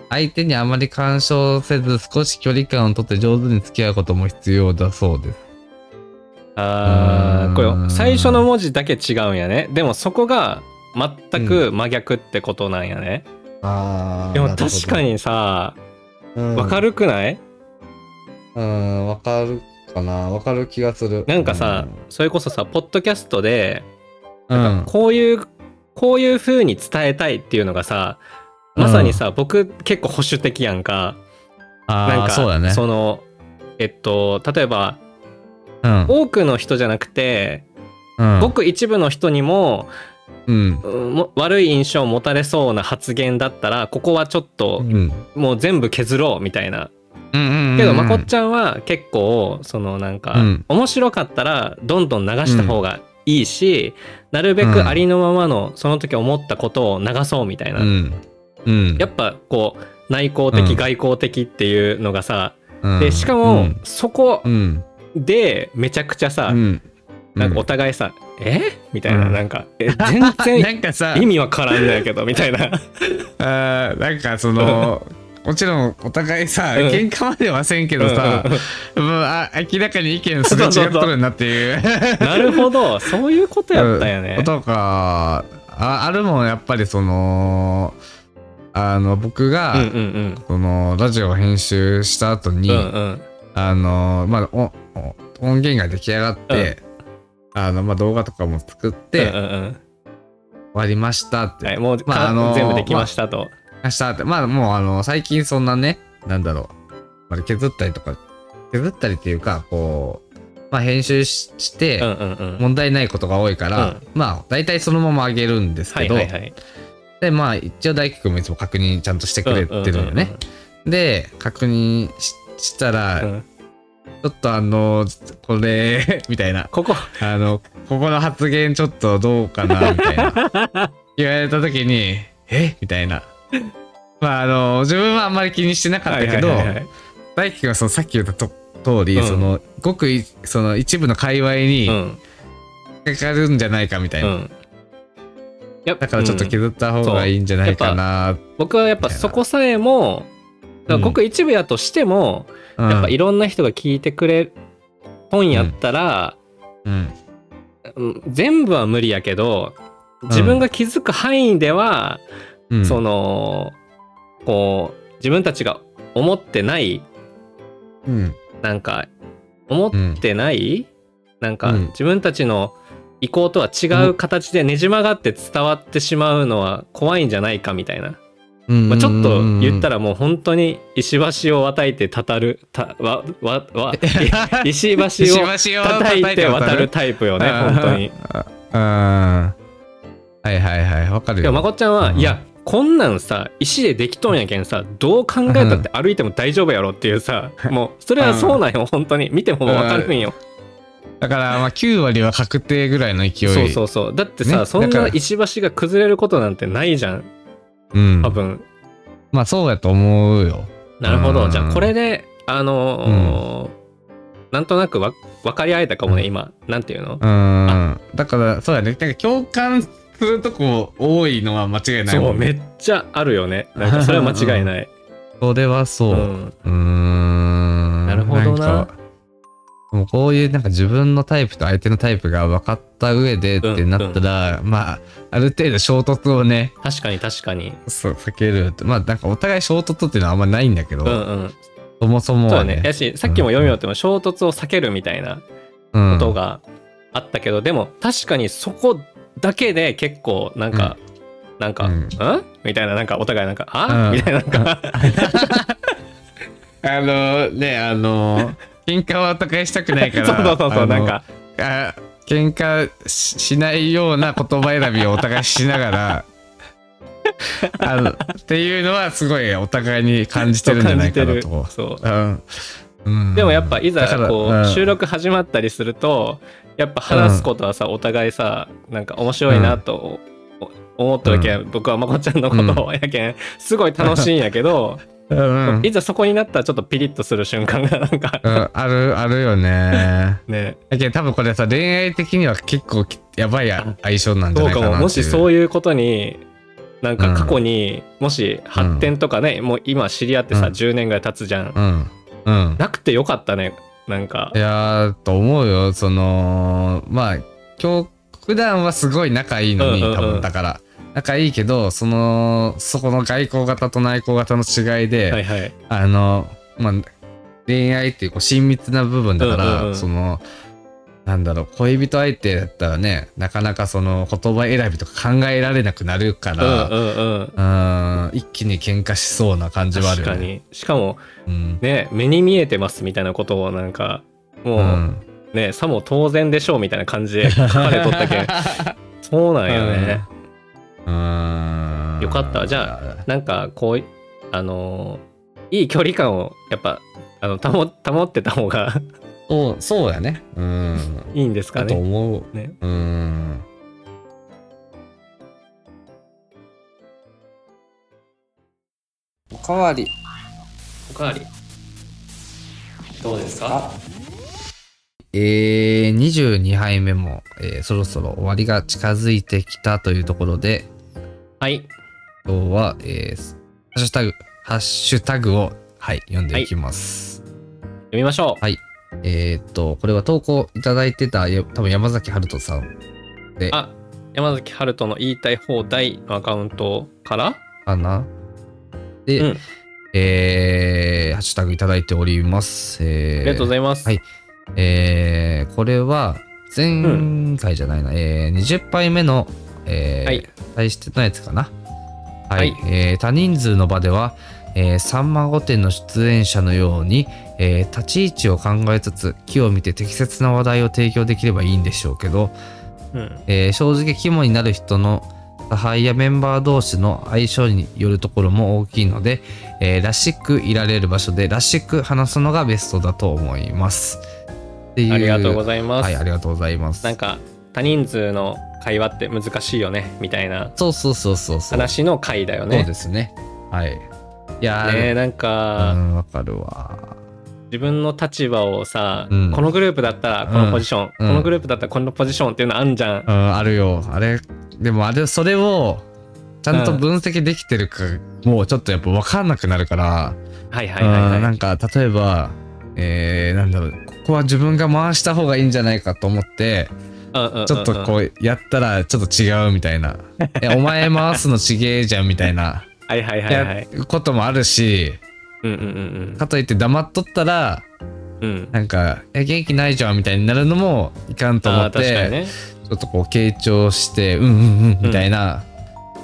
Speaker 3: 相手にあまり干渉せず、少し距離感をとって上手に付き合うことも必要だそうです。
Speaker 2: あ
Speaker 3: う
Speaker 2: ー
Speaker 3: ん
Speaker 2: これ最初の文字だけ違うんやね。でもそこが全く真逆ってことなんやね。
Speaker 3: あ
Speaker 2: でも確か、にさ、わか
Speaker 3: る
Speaker 2: るくない、
Speaker 3: うん、わかるかなわかる気がする
Speaker 2: なんかさ、
Speaker 1: うん
Speaker 2: それこそさポッドキャストで
Speaker 3: うん
Speaker 2: こういうこういう風に伝えたいっていうのがさまさにさ、僕結構保守的やんかなん
Speaker 3: ああ
Speaker 2: か
Speaker 3: そうだね
Speaker 2: のえっと例えば
Speaker 3: うん
Speaker 2: 多くの人じゃなくて、
Speaker 3: うん
Speaker 2: ごく一部の人にも
Speaker 3: うん
Speaker 2: うんも悪い印象を持たれそうな発言だったらここはちょっ
Speaker 3: う
Speaker 2: と
Speaker 3: んうん
Speaker 2: もう全部削ろうみたいな
Speaker 3: うんうん
Speaker 2: けどまこっちゃんは結構そのなんか
Speaker 3: うん
Speaker 2: 面白かったらどんどん流した方がいいしなるべ
Speaker 3: うん
Speaker 2: くありのままのその時思ったことを流そうみたいな
Speaker 3: うんうん
Speaker 2: やっぱこう内向
Speaker 3: うん
Speaker 2: 的外向的っていうのがさ
Speaker 3: うん
Speaker 2: でしか
Speaker 3: う
Speaker 2: も
Speaker 3: ん
Speaker 2: そこ
Speaker 3: うん
Speaker 2: でめちゃくちゃ
Speaker 3: う
Speaker 2: さ
Speaker 3: ん
Speaker 2: なんかお互いさ「えみたいな
Speaker 3: うん
Speaker 2: なんか「え全
Speaker 3: な
Speaker 2: 然
Speaker 3: んかさ
Speaker 2: 意味は絡んだけど」みたいな。
Speaker 3: あーなんかそのもちろんお互いさ
Speaker 2: うん
Speaker 3: 喧嘩ま <laughs> ではせんけどさ
Speaker 2: うんうん
Speaker 3: もうあ明らかに意見すれ違っとるなっていう <laughs>
Speaker 2: なるほどそういうことやったよね。
Speaker 3: うんとかああるもんやっぱりそのあの僕が、
Speaker 2: うんうん
Speaker 3: そのラジオを編集した後
Speaker 2: うん
Speaker 3: に、
Speaker 2: うんうん
Speaker 3: あのまあおお音源が出来上がって、あのまあ動画とかも作って、
Speaker 2: うん
Speaker 3: 終
Speaker 2: うんうん
Speaker 3: わりましたって、
Speaker 2: はい、もう、
Speaker 3: まあ
Speaker 2: か
Speaker 3: あのー
Speaker 2: 全部できましたと。
Speaker 3: 明日ってまあもうあの最近そんなねなんだろう、まあ、削ったりとか削ったりっていうかこう、まあ、編集しして、
Speaker 2: うんうんうん。
Speaker 3: 問題ないことが多いから、まあ大体そのまま上げるんです
Speaker 2: は
Speaker 3: け
Speaker 2: い
Speaker 3: ど、
Speaker 2: はいはい。
Speaker 3: でまあ一応大輝くんもいつも確認ちゃんとしてくれてるのよね、で確認ししたら、
Speaker 2: うんうんうん。うん
Speaker 3: ちょっとあのこれ <laughs> みたいな
Speaker 2: ここ、
Speaker 3: あのここの発言ちょっとどうかなみたいな
Speaker 2: <laughs>
Speaker 3: 言われた時にえみたいなまああの自分はあんまり気にしてなかったけど、
Speaker 2: はいはいはいはい
Speaker 3: 大輝くんはそのさっき言ったと通り、
Speaker 2: うん
Speaker 3: そのごくいその一部の界隈
Speaker 2: う
Speaker 3: に
Speaker 2: ん
Speaker 3: かかるんじゃないかみたいな、
Speaker 2: うん。や
Speaker 3: だからちょっと
Speaker 2: うん
Speaker 3: 削った方がいいんじゃないかな、
Speaker 2: 僕はやっぱそこさえも、だからごく一部やとしても、
Speaker 3: うん
Speaker 2: やっぱいろんな人が聞いてくれ本やったら、
Speaker 3: うん
Speaker 2: うん全部は無理やけど自分が気づく範囲では、
Speaker 3: うん
Speaker 2: そのこう自分たちが思ってない
Speaker 3: うん
Speaker 2: なんか思ってない、なんか
Speaker 3: うん
Speaker 2: 自分たちの意向とは違う形でねじ曲がって伝わってしまうのは怖いんじゃないかみたいな、まあ、ちょっと言っ
Speaker 3: <laughs>
Speaker 2: た
Speaker 3: ら、
Speaker 2: らもう本当に石橋を渡いてたたるたわわわ石
Speaker 3: 石
Speaker 2: 橋を
Speaker 3: 橋を
Speaker 2: 叩いて渡る
Speaker 3: 叩いて
Speaker 2: タイプよね
Speaker 3: うん
Speaker 2: 本当に。
Speaker 3: 渡る。うん。はいはいはい、わかる
Speaker 2: でもま
Speaker 3: よ。
Speaker 2: こっちゃんは、
Speaker 3: うん
Speaker 2: いやこんなんさ石でできとんやけんさどう考えたって歩いても大丈夫やろっていうさ、もうそれはそうなんよ本当に見てもわかるんよ、
Speaker 3: だから、まあ、9割は確定ぐらいの勢い。
Speaker 2: そうそうそうだってさ、
Speaker 3: ね
Speaker 2: そん
Speaker 3: だか
Speaker 2: な
Speaker 3: ら
Speaker 2: 石橋が崩れることなんてないじゃん
Speaker 3: うん
Speaker 2: 多。分、
Speaker 3: まあ、そうやと思うよ。
Speaker 2: なるほど、
Speaker 3: うん
Speaker 2: じゃあこれであのーなんとなくわ分かり合えたかもね、
Speaker 3: うん
Speaker 2: 今なんていうの、
Speaker 3: うん。だから、そうやね。なんか共感するとこ多いのは間違いない
Speaker 2: そ
Speaker 3: も
Speaker 2: うんめ
Speaker 3: ね。
Speaker 2: っちゃあるよねなんかそれは間違いない、
Speaker 3: それは <laughs> そうう。
Speaker 2: ん、
Speaker 3: うーん。
Speaker 2: なるほどなん
Speaker 3: かもうこういうなんか自分のタイプと相手のタイプが分かった上でってなったら、まあある程度衝突をね
Speaker 2: 確かに確かに
Speaker 3: そう避けるまあなんかお互い衝突っていうのはあんまないんだけど、
Speaker 2: うんうん
Speaker 3: そもそも
Speaker 2: そう
Speaker 3: は
Speaker 2: だねやしさっきも読み終わっても衝突を避けるみたいな
Speaker 3: うん
Speaker 2: ことがあったけど、でも確かにそこだけで結構なんか、なんか「
Speaker 3: うん
Speaker 2: ん?」みたいななんかお互いなんか「あ
Speaker 3: うん
Speaker 2: みたいななん
Speaker 3: <laughs>
Speaker 2: か
Speaker 3: あのね
Speaker 2: <laughs>
Speaker 3: あの喧嘩はお互いしたくないから
Speaker 2: そうそうそうそ
Speaker 3: あの
Speaker 2: うなんか
Speaker 3: あ喧嘩ししないような言葉選びをお互いしな
Speaker 2: <laughs>
Speaker 3: がらあのっていうのはすごいお互いに感じてるんじゃないか
Speaker 2: そう
Speaker 3: な
Speaker 2: 感
Speaker 3: と
Speaker 2: じ。てるそう
Speaker 3: うんうん
Speaker 2: でもやっぱいざ
Speaker 3: だから
Speaker 2: こ
Speaker 3: ん
Speaker 2: う収録始まったりするとやっぱ話すことはさお互いさなんか面白いなとお思っとるけん僕はまこちゃんのことをやけんすごい楽しいんやけど
Speaker 3: うんうん
Speaker 2: いざそこになったらちょっとピリッとする瞬間がなんか
Speaker 3: うんあるあるよね
Speaker 2: ね
Speaker 3: だけど多分これさ恋愛的には結構きやばいあ相性なんじゃ
Speaker 2: どう
Speaker 3: ない
Speaker 2: か
Speaker 3: かな
Speaker 2: ももし
Speaker 3: う
Speaker 2: そういうことになんか過去にもし発展とかね、もう今知り合ってさ、
Speaker 3: うん
Speaker 2: 10年ぐらい経つじゃん、
Speaker 3: うんうん
Speaker 2: なくてよかったねなんか
Speaker 3: いやーと思うよそのまあ今日普段はすごい仲いいのに、
Speaker 2: うんうんうん
Speaker 3: 多分だから仲いいけどそのそこの外交型と内向型の違いで、
Speaker 2: はいはい
Speaker 3: あのまあ恋愛っていうこう親密な部分だから、
Speaker 2: うんうんうん
Speaker 3: そのなんだろう恋人相手だったらねなかなかその言葉選びとか考えられなくなるか
Speaker 2: う
Speaker 3: ら、
Speaker 2: んうんうん
Speaker 3: うん一気に喧嘩しそうな感じはある
Speaker 2: 確
Speaker 3: よ
Speaker 2: か
Speaker 3: ね。
Speaker 2: にしかも
Speaker 3: うん
Speaker 2: ね目に見えてますみたいなことをなんかも
Speaker 3: う
Speaker 2: うんね、さも当然でしょうみたいな感じで書かれとった
Speaker 3: <laughs>
Speaker 2: けんそうなんよね、
Speaker 3: うん
Speaker 2: よかったじ
Speaker 3: ゃ
Speaker 2: なんかこういあのーいい距離感をやっぱあの保保ってた方が
Speaker 3: そうそうやねうん
Speaker 2: いいんですか
Speaker 3: だと
Speaker 2: ね
Speaker 3: 思う
Speaker 2: ね
Speaker 3: うん
Speaker 1: おかわり
Speaker 2: おかわりどうです
Speaker 1: あ
Speaker 2: か
Speaker 3: えー、22杯目も、えーそろそろ終わりが近づいてきたというところで
Speaker 2: はい
Speaker 3: 今日は、えーハッシュタグハッシュタグを、はい、読んでいきます、
Speaker 2: 読みましょう
Speaker 3: えーっとこれは投稿いただいてたや多分山崎春人さんで
Speaker 2: あ山崎春人の言いたい放題のアカウントから
Speaker 3: かなで、
Speaker 2: うん
Speaker 3: えーハッシュタグいただいております、え
Speaker 2: あ
Speaker 3: ー
Speaker 2: りがとうございます、
Speaker 3: はいえーこれは前回じゃないな、えー20杯目の、えー
Speaker 2: はい
Speaker 3: 対してのやつかな。はい、
Speaker 2: はい
Speaker 3: えー多人数の場では、えー、さんま御殿の出演者のように、えー立ち位置を考えつつ木を見て適切な話題を提供できればいいんでしょうけど、
Speaker 2: うん
Speaker 3: えー正直肝になる人の差配やメンバー同士の相性によるところも大きいので、えーらしくいられる場所でらしく話すのがベストだと思います。っていう
Speaker 2: ありがとうございます、
Speaker 3: はい、ありがとうございます。
Speaker 2: なんか多人数の会話って難しいよねみたいな
Speaker 3: そうそうそうそうそう。
Speaker 2: 話の回だよ
Speaker 3: そう
Speaker 2: ねね
Speaker 3: ですね。はい。いやー、
Speaker 2: えなんか、
Speaker 3: うん、わかるわ。
Speaker 2: 自分の立場をさ、
Speaker 3: うん
Speaker 2: このグループだったらこのポジション、
Speaker 3: うん
Speaker 2: このグループだったらこのポジションっていうのあんじゃん、
Speaker 3: うん、あるよ。あれ、でもあれ、それを、ちゃんと分析できてるか、もうちょっとやっぱ分かんなくなるから、
Speaker 2: はいはいはい
Speaker 3: うん
Speaker 2: は
Speaker 3: ないんか、例えば、えー、なんだろう、ここは自分が回した方がいいんじゃないかと思って、
Speaker 2: うんうんうんうん
Speaker 3: ちょっとこう、やったらちょっと違うみたいな。
Speaker 2: <laughs>
Speaker 3: え、お前回すのちげえじゃんみたいな、
Speaker 2: はい <laughs> はいはいはい
Speaker 3: やこともあるし、
Speaker 2: うんうんうん
Speaker 3: かといって黙っとったら、
Speaker 2: うんうん
Speaker 3: なんか、え、元気ないじゃんみたいになるのもいかんと思
Speaker 2: あー
Speaker 3: っ
Speaker 2: 確か
Speaker 3: て、
Speaker 2: にね
Speaker 3: ちょっとこう傾聴してうんうんうんみたいな、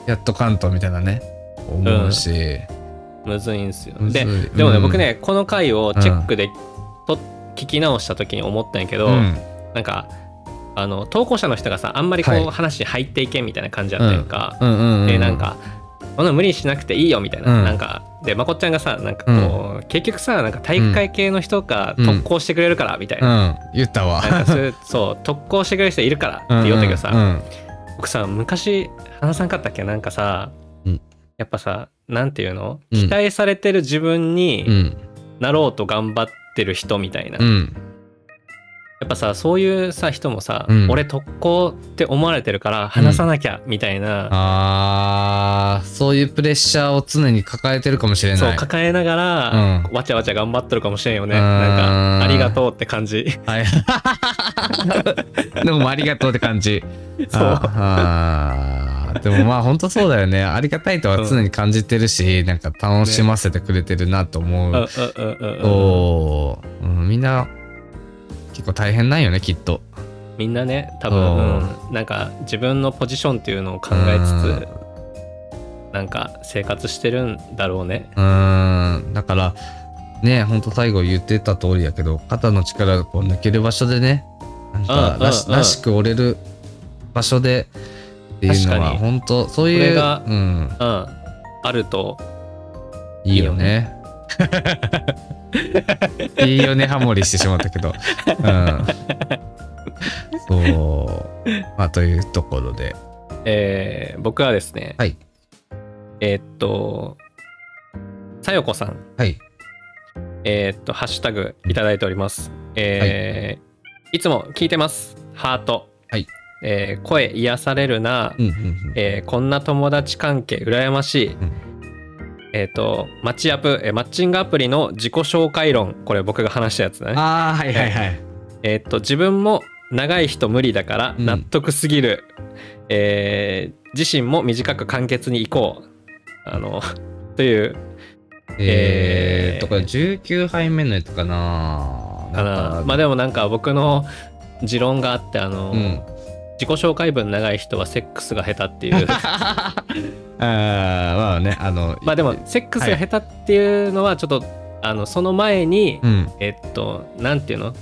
Speaker 3: やっとかんとみたいなね思うし、
Speaker 2: むずいんすよ
Speaker 3: むずい
Speaker 2: ででもね、
Speaker 3: うん
Speaker 2: 僕ねこの回をチェックでと聞き直した時に思ったんやけど、
Speaker 3: うん
Speaker 2: なんかあの投稿者の人がさあんまりこう、
Speaker 3: はい
Speaker 2: 話に入っていけんみたいな感じだったやんか、
Speaker 3: うんうんうん
Speaker 2: でなんか「こんな無理しなくていいよ」みたいな,、
Speaker 3: うん
Speaker 2: なんかでまこっちゃんがさなんかこう、結局さなんか体育会系の人が
Speaker 3: うん
Speaker 2: 特攻してくれるからみたいうな,、
Speaker 3: ん言ったわ
Speaker 2: なんかそういうそう特攻してくれる人いるからって言おうたけどさ、
Speaker 3: うん
Speaker 2: 僕さ昔話さんかったっけなんかさ、
Speaker 3: うん
Speaker 2: やっぱさなんていうの
Speaker 3: うん
Speaker 2: 期待されてる自分
Speaker 3: う
Speaker 2: に
Speaker 3: ん
Speaker 2: なろうと頑張ってる人みたいな、
Speaker 3: う
Speaker 2: や
Speaker 3: ん
Speaker 2: っぱさそういうさ人もさ、
Speaker 3: うん
Speaker 2: 俺特攻って思われてるから話さなきゃみたいな、
Speaker 3: あーそういうプレッシャーを常に抱えてるかもしれ
Speaker 2: そう
Speaker 3: ない
Speaker 2: 抱えながら、
Speaker 3: う
Speaker 2: わちゃわちゃ頑張ってるかもしれんよね
Speaker 3: うん
Speaker 2: なんかありがとうって感
Speaker 3: <laughs>
Speaker 2: じ
Speaker 3: はいでもありがとうって感 <laughs> じ
Speaker 2: そう
Speaker 3: ああーでもまあ本当そうだよねありがたいとは常に感じてるし、なんか楽しませてくれてるなと思う、
Speaker 2: うんうんうんうんうん
Speaker 3: そう、うん、みんな結構大変なんよねきっと
Speaker 2: みんなね多分、うんなんか自分のポジションっていうのを考えつ
Speaker 3: う
Speaker 2: つなんか生活してるんだろうね
Speaker 3: うーんだからねほんと最後言ってた通りやけど肩の力がこう抜ける場所でねなん
Speaker 2: う
Speaker 3: か
Speaker 2: ん
Speaker 3: らし
Speaker 2: うん
Speaker 3: らしく折れる場所でっていうの
Speaker 2: 確か
Speaker 3: は
Speaker 2: に
Speaker 3: 本当そう
Speaker 2: こ
Speaker 3: い
Speaker 2: れ
Speaker 3: う、
Speaker 2: が
Speaker 3: うん、
Speaker 2: うんあると
Speaker 3: いいよね。 <laughs> いいよね、ハモリしてしまったけど。うん。そう。まあ、というところで。
Speaker 2: えー僕はですね、
Speaker 3: はい
Speaker 2: えーっとさよこさん
Speaker 3: はい。
Speaker 2: えーっとハッシュタグいただいておりますえーい、つも聞いてますハート
Speaker 3: はい
Speaker 2: えー声癒されるな、
Speaker 3: うんうんうん。
Speaker 2: えーこんな友達関係羨ましい、
Speaker 3: ん
Speaker 2: えーっとマッチアップえーマッチングアプリの自己紹介論これ僕が話したやつだね
Speaker 3: ああ、はいはいはい。
Speaker 2: えーっと自分も長い人無理だから
Speaker 3: うん
Speaker 2: 納得すぎる、 <laughs> えー自身も短く簡潔に行こうあのというえ
Speaker 3: えー、
Speaker 2: ー
Speaker 3: とか19杯目のやつかな
Speaker 2: かなまあでもなんか僕の持論があってあの、
Speaker 3: うん <laughs>
Speaker 2: 自己紹介文長い人はセックスが下手っていう
Speaker 3: <laughs> あーまあねあの
Speaker 2: まあでもセックスが下手っていうのはちょっと、あのその前に、
Speaker 3: うん
Speaker 2: えっとなんていうの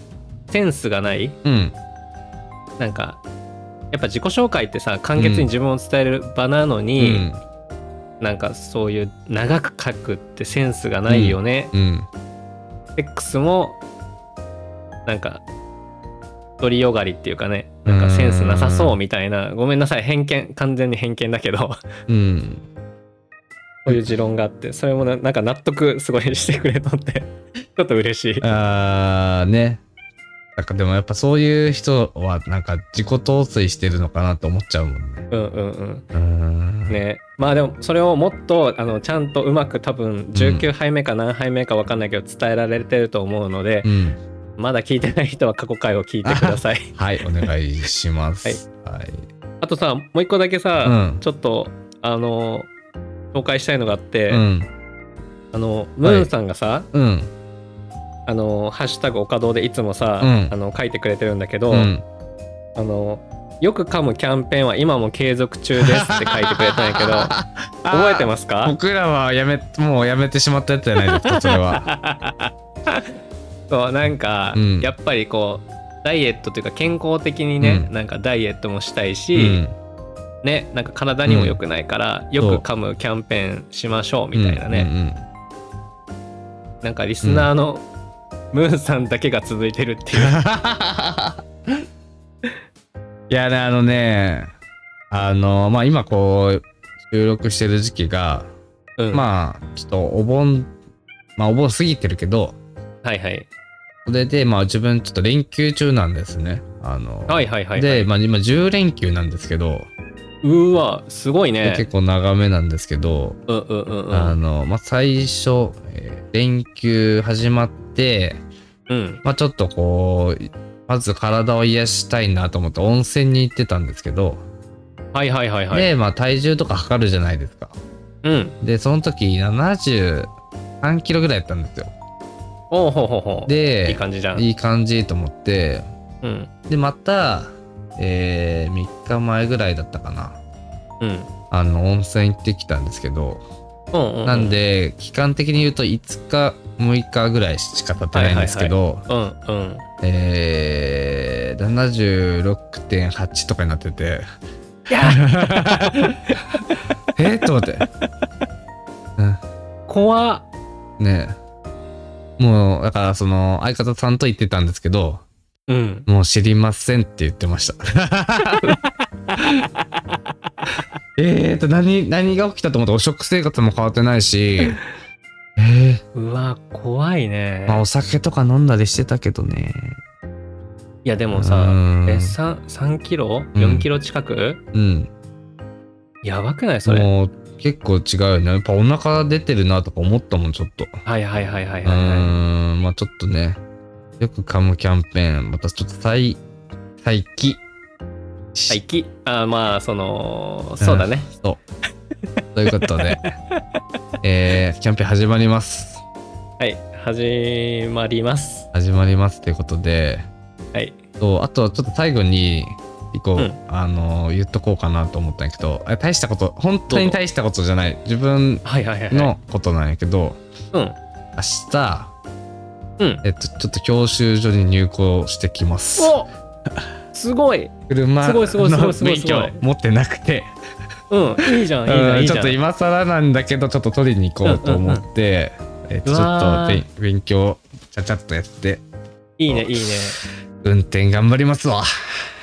Speaker 2: センスがない
Speaker 3: うん
Speaker 2: なんかやっぱ自己紹介ってさ簡潔に自分を伝える場なの
Speaker 3: う
Speaker 2: に、
Speaker 3: ん
Speaker 2: なんかそういう長く書くってセンスがないよね、
Speaker 3: うん
Speaker 2: セックスもなんか独りよがりっていうかねなんかセンスなさそうみたいなごめんなさい偏見完全に偏見だけど
Speaker 3: <laughs>
Speaker 2: こ
Speaker 3: うん
Speaker 2: ういう持論があってそれもななんか納得すごいしてくれとって <laughs> ちょっと嬉しい
Speaker 3: あーねなんかでもやっぱそういう人はなんか自己陶酔してるのかなと思っちゃうもんね
Speaker 2: うんうんうん
Speaker 3: うーん
Speaker 2: ねまあでもそれをもっとあのちゃんとうまく多分19杯目か何杯目か分かんないけど伝えられてると思うので
Speaker 3: う、ん
Speaker 2: まだ聞いてない人は過去回を聞いてください
Speaker 3: はいお願いしますはい、
Speaker 2: あとさもう一個だけさ、
Speaker 3: うん
Speaker 2: ちょっとあの紹介したいのがあって、
Speaker 3: うん
Speaker 2: あのムーンさんがさ、
Speaker 3: うん
Speaker 2: あのハッシュタグおかどうでいつもさ、
Speaker 3: うん
Speaker 2: あの書いてくれてるんだけど、
Speaker 3: うん
Speaker 2: あのよく噛むキャンペーンは今も継続中ですって書いてくれたんやけ
Speaker 3: <laughs>
Speaker 2: ど覚えてますか
Speaker 3: 僕らはやめもうやめてしまったやつじゃないですかそれは
Speaker 2: そうなんか、
Speaker 3: うん
Speaker 2: やっぱりこうダイエットというか健康的にね、
Speaker 3: うん
Speaker 2: なんかダイエットもした <laughs> いうし、
Speaker 3: ん
Speaker 2: ねなんか体にも良くないから、よく噛むキャンペーンしましょうみたいなね、
Speaker 3: ね
Speaker 2: なんかリスナーの、ムーンさんだけが続いてるっていう
Speaker 3: <laughs> いやねあのねあのまあ今こう収録してる時期が、
Speaker 2: うん
Speaker 3: まあちょっとお盆まあお盆過ぎてるけど
Speaker 2: はいはい
Speaker 3: それでまあ自分ちょっと連休中なんですねあの、
Speaker 2: はいはいはいはい
Speaker 3: で、まあ、今10連休なんですけど、
Speaker 2: うーわすごいね
Speaker 3: 結構長めなんですけど、
Speaker 2: うんうんうんう
Speaker 3: あ
Speaker 2: ん
Speaker 3: のまあ最初、えー連休始まって
Speaker 2: うん
Speaker 3: まあちょっとこうまず体を癒したいなと思って温泉に行ってたんですけど、
Speaker 2: はいはいはいはい
Speaker 3: で、まあ、体重とか測るじゃないですか。
Speaker 2: うん
Speaker 3: で、その時73キロぐらいやったんですよ。
Speaker 2: おうほうほうほう
Speaker 3: で、
Speaker 2: いい感じじゃん
Speaker 3: いい感じと思って、
Speaker 2: うん
Speaker 3: で、また、えー、3日前ぐらいだったかな。
Speaker 2: うん
Speaker 3: あの、温泉行ってきたんですけど、
Speaker 2: うんう
Speaker 3: なんで、期間的に言うと5日、6日ぐらいしか経ってないんですけど、
Speaker 2: うん
Speaker 3: <laughs>
Speaker 2: うん
Speaker 3: えー、76.8とかになってて。えー <laughs> と思って。
Speaker 2: 怖っ
Speaker 3: ねえもうだからその相方さんと言ってたんですけど
Speaker 2: うん
Speaker 3: もう知りませんって言ってましたえーと何何が起きたと思ってお食生活も変わってないしえ
Speaker 2: うわ怖いね
Speaker 3: ー、まあお酒とか飲んだりしてたけどね
Speaker 2: いやでも
Speaker 3: う
Speaker 2: さ
Speaker 3: ん
Speaker 2: え三三キロ4キロ近く
Speaker 3: うん
Speaker 2: やばくないそれ
Speaker 3: もう結構違うよねやっぱお腹出てるなとか思ったもんちょっと
Speaker 2: はいはいはいはいうはいは
Speaker 3: ーんまあちょっとねよく噛むキャンペーンまたちょっと再再起
Speaker 2: いはいきあまあそのそうだね
Speaker 3: ということで、えーキャンペーン始まります。
Speaker 2: はい始まります
Speaker 3: 始まりますということで、
Speaker 2: はい
Speaker 3: とあとちょっと最後に、一個、
Speaker 2: うん
Speaker 3: あのー言っとこうかなと思ったんやけど、あ大したこと、本
Speaker 2: ど
Speaker 3: 当
Speaker 2: う
Speaker 3: に
Speaker 2: ぞ
Speaker 3: 大したことじゃない、自分
Speaker 2: はいはいはいはい
Speaker 3: のことなんやけど、
Speaker 2: うん
Speaker 3: 明日、
Speaker 2: うん
Speaker 3: えっと、ちょっと教習所に入校してきます。
Speaker 2: おすごい
Speaker 3: 車
Speaker 2: すごいすごいすごい
Speaker 3: の
Speaker 2: すごい
Speaker 3: 免
Speaker 2: すごい
Speaker 3: 許持ってなくて、
Speaker 2: うんいいじゃんいいじゃ
Speaker 3: うん
Speaker 2: い
Speaker 3: ん
Speaker 2: いじ
Speaker 3: ちょ
Speaker 2: ゃ
Speaker 3: っ
Speaker 2: ん
Speaker 3: と今更なんだけど、ちょっと取りに行こうと思って、えっとちょっと勉勉強、ちゃちゃっとやって、
Speaker 2: いいねいいね
Speaker 3: 運転頑張りますわ。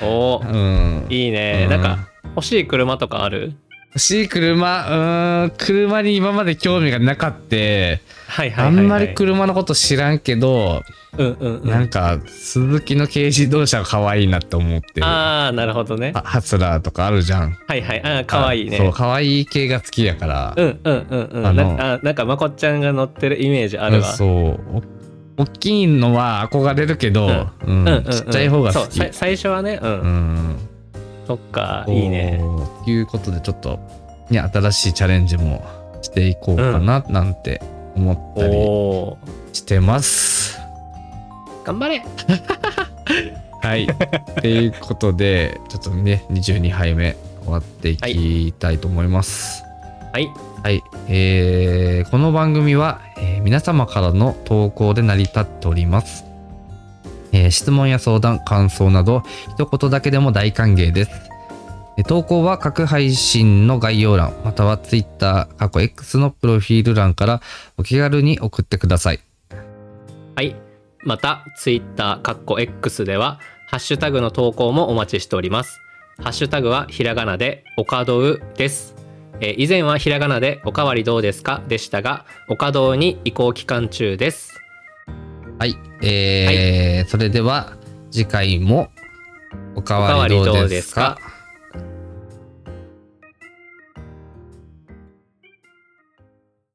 Speaker 2: お
Speaker 3: う
Speaker 2: ー
Speaker 3: ん。
Speaker 2: いいね
Speaker 3: う
Speaker 2: なんか欲しい車とかある
Speaker 3: 欲しい車、うーん、車に今まで興味がなかって、
Speaker 2: はいはい
Speaker 3: あ
Speaker 2: はい、はい、
Speaker 3: んまり車のこと知らんけど、
Speaker 2: うんうんうん
Speaker 3: なんか、鈴木の軽自動車が可愛いなって思ってる。は
Speaker 2: ああなるほどね
Speaker 3: ハスラーとかあるじゃん。
Speaker 2: はいはいあーかわいいね
Speaker 3: そう、可愛い系が好きやから。
Speaker 2: うんうんうんうん
Speaker 3: あ
Speaker 2: あ
Speaker 3: の
Speaker 2: なあなんかまこっちゃんが乗ってるイメージあるわ、
Speaker 3: そう。お大きいのは憧れるけど、うん
Speaker 2: う
Speaker 3: ちっちゃい方が好き。
Speaker 2: そうさ最初はねうん、
Speaker 3: うん。
Speaker 2: そっかいいね
Speaker 3: こう。ということでちょっと、ね、新しいチャレンジもしていこうかななんて思ったり
Speaker 2: おー
Speaker 3: してます。
Speaker 2: 頑張れ
Speaker 3: はい。ということで、ちょっとね、22杯目終わっていきたいと思います。
Speaker 2: はい
Speaker 3: はい。えーこの番組は、えー皆様からの投稿で成り立っております。えー質問や相談、感想など、一言だけでも大歓迎です。えー投稿は各配信の概要欄、または Twitter、過去 X のプロフィール欄からお気軽に送ってください。
Speaker 2: はいまた Twitter かっこ X ではハッシュタグの投稿もお待ちしておりますハッシュタグはひらがなでおかどうですえー以前はひらがなでおかわりどうですかでしたがおかどうに移行期間中です
Speaker 3: はい、えーそれでは次回もおかわりどうですか
Speaker 2: おか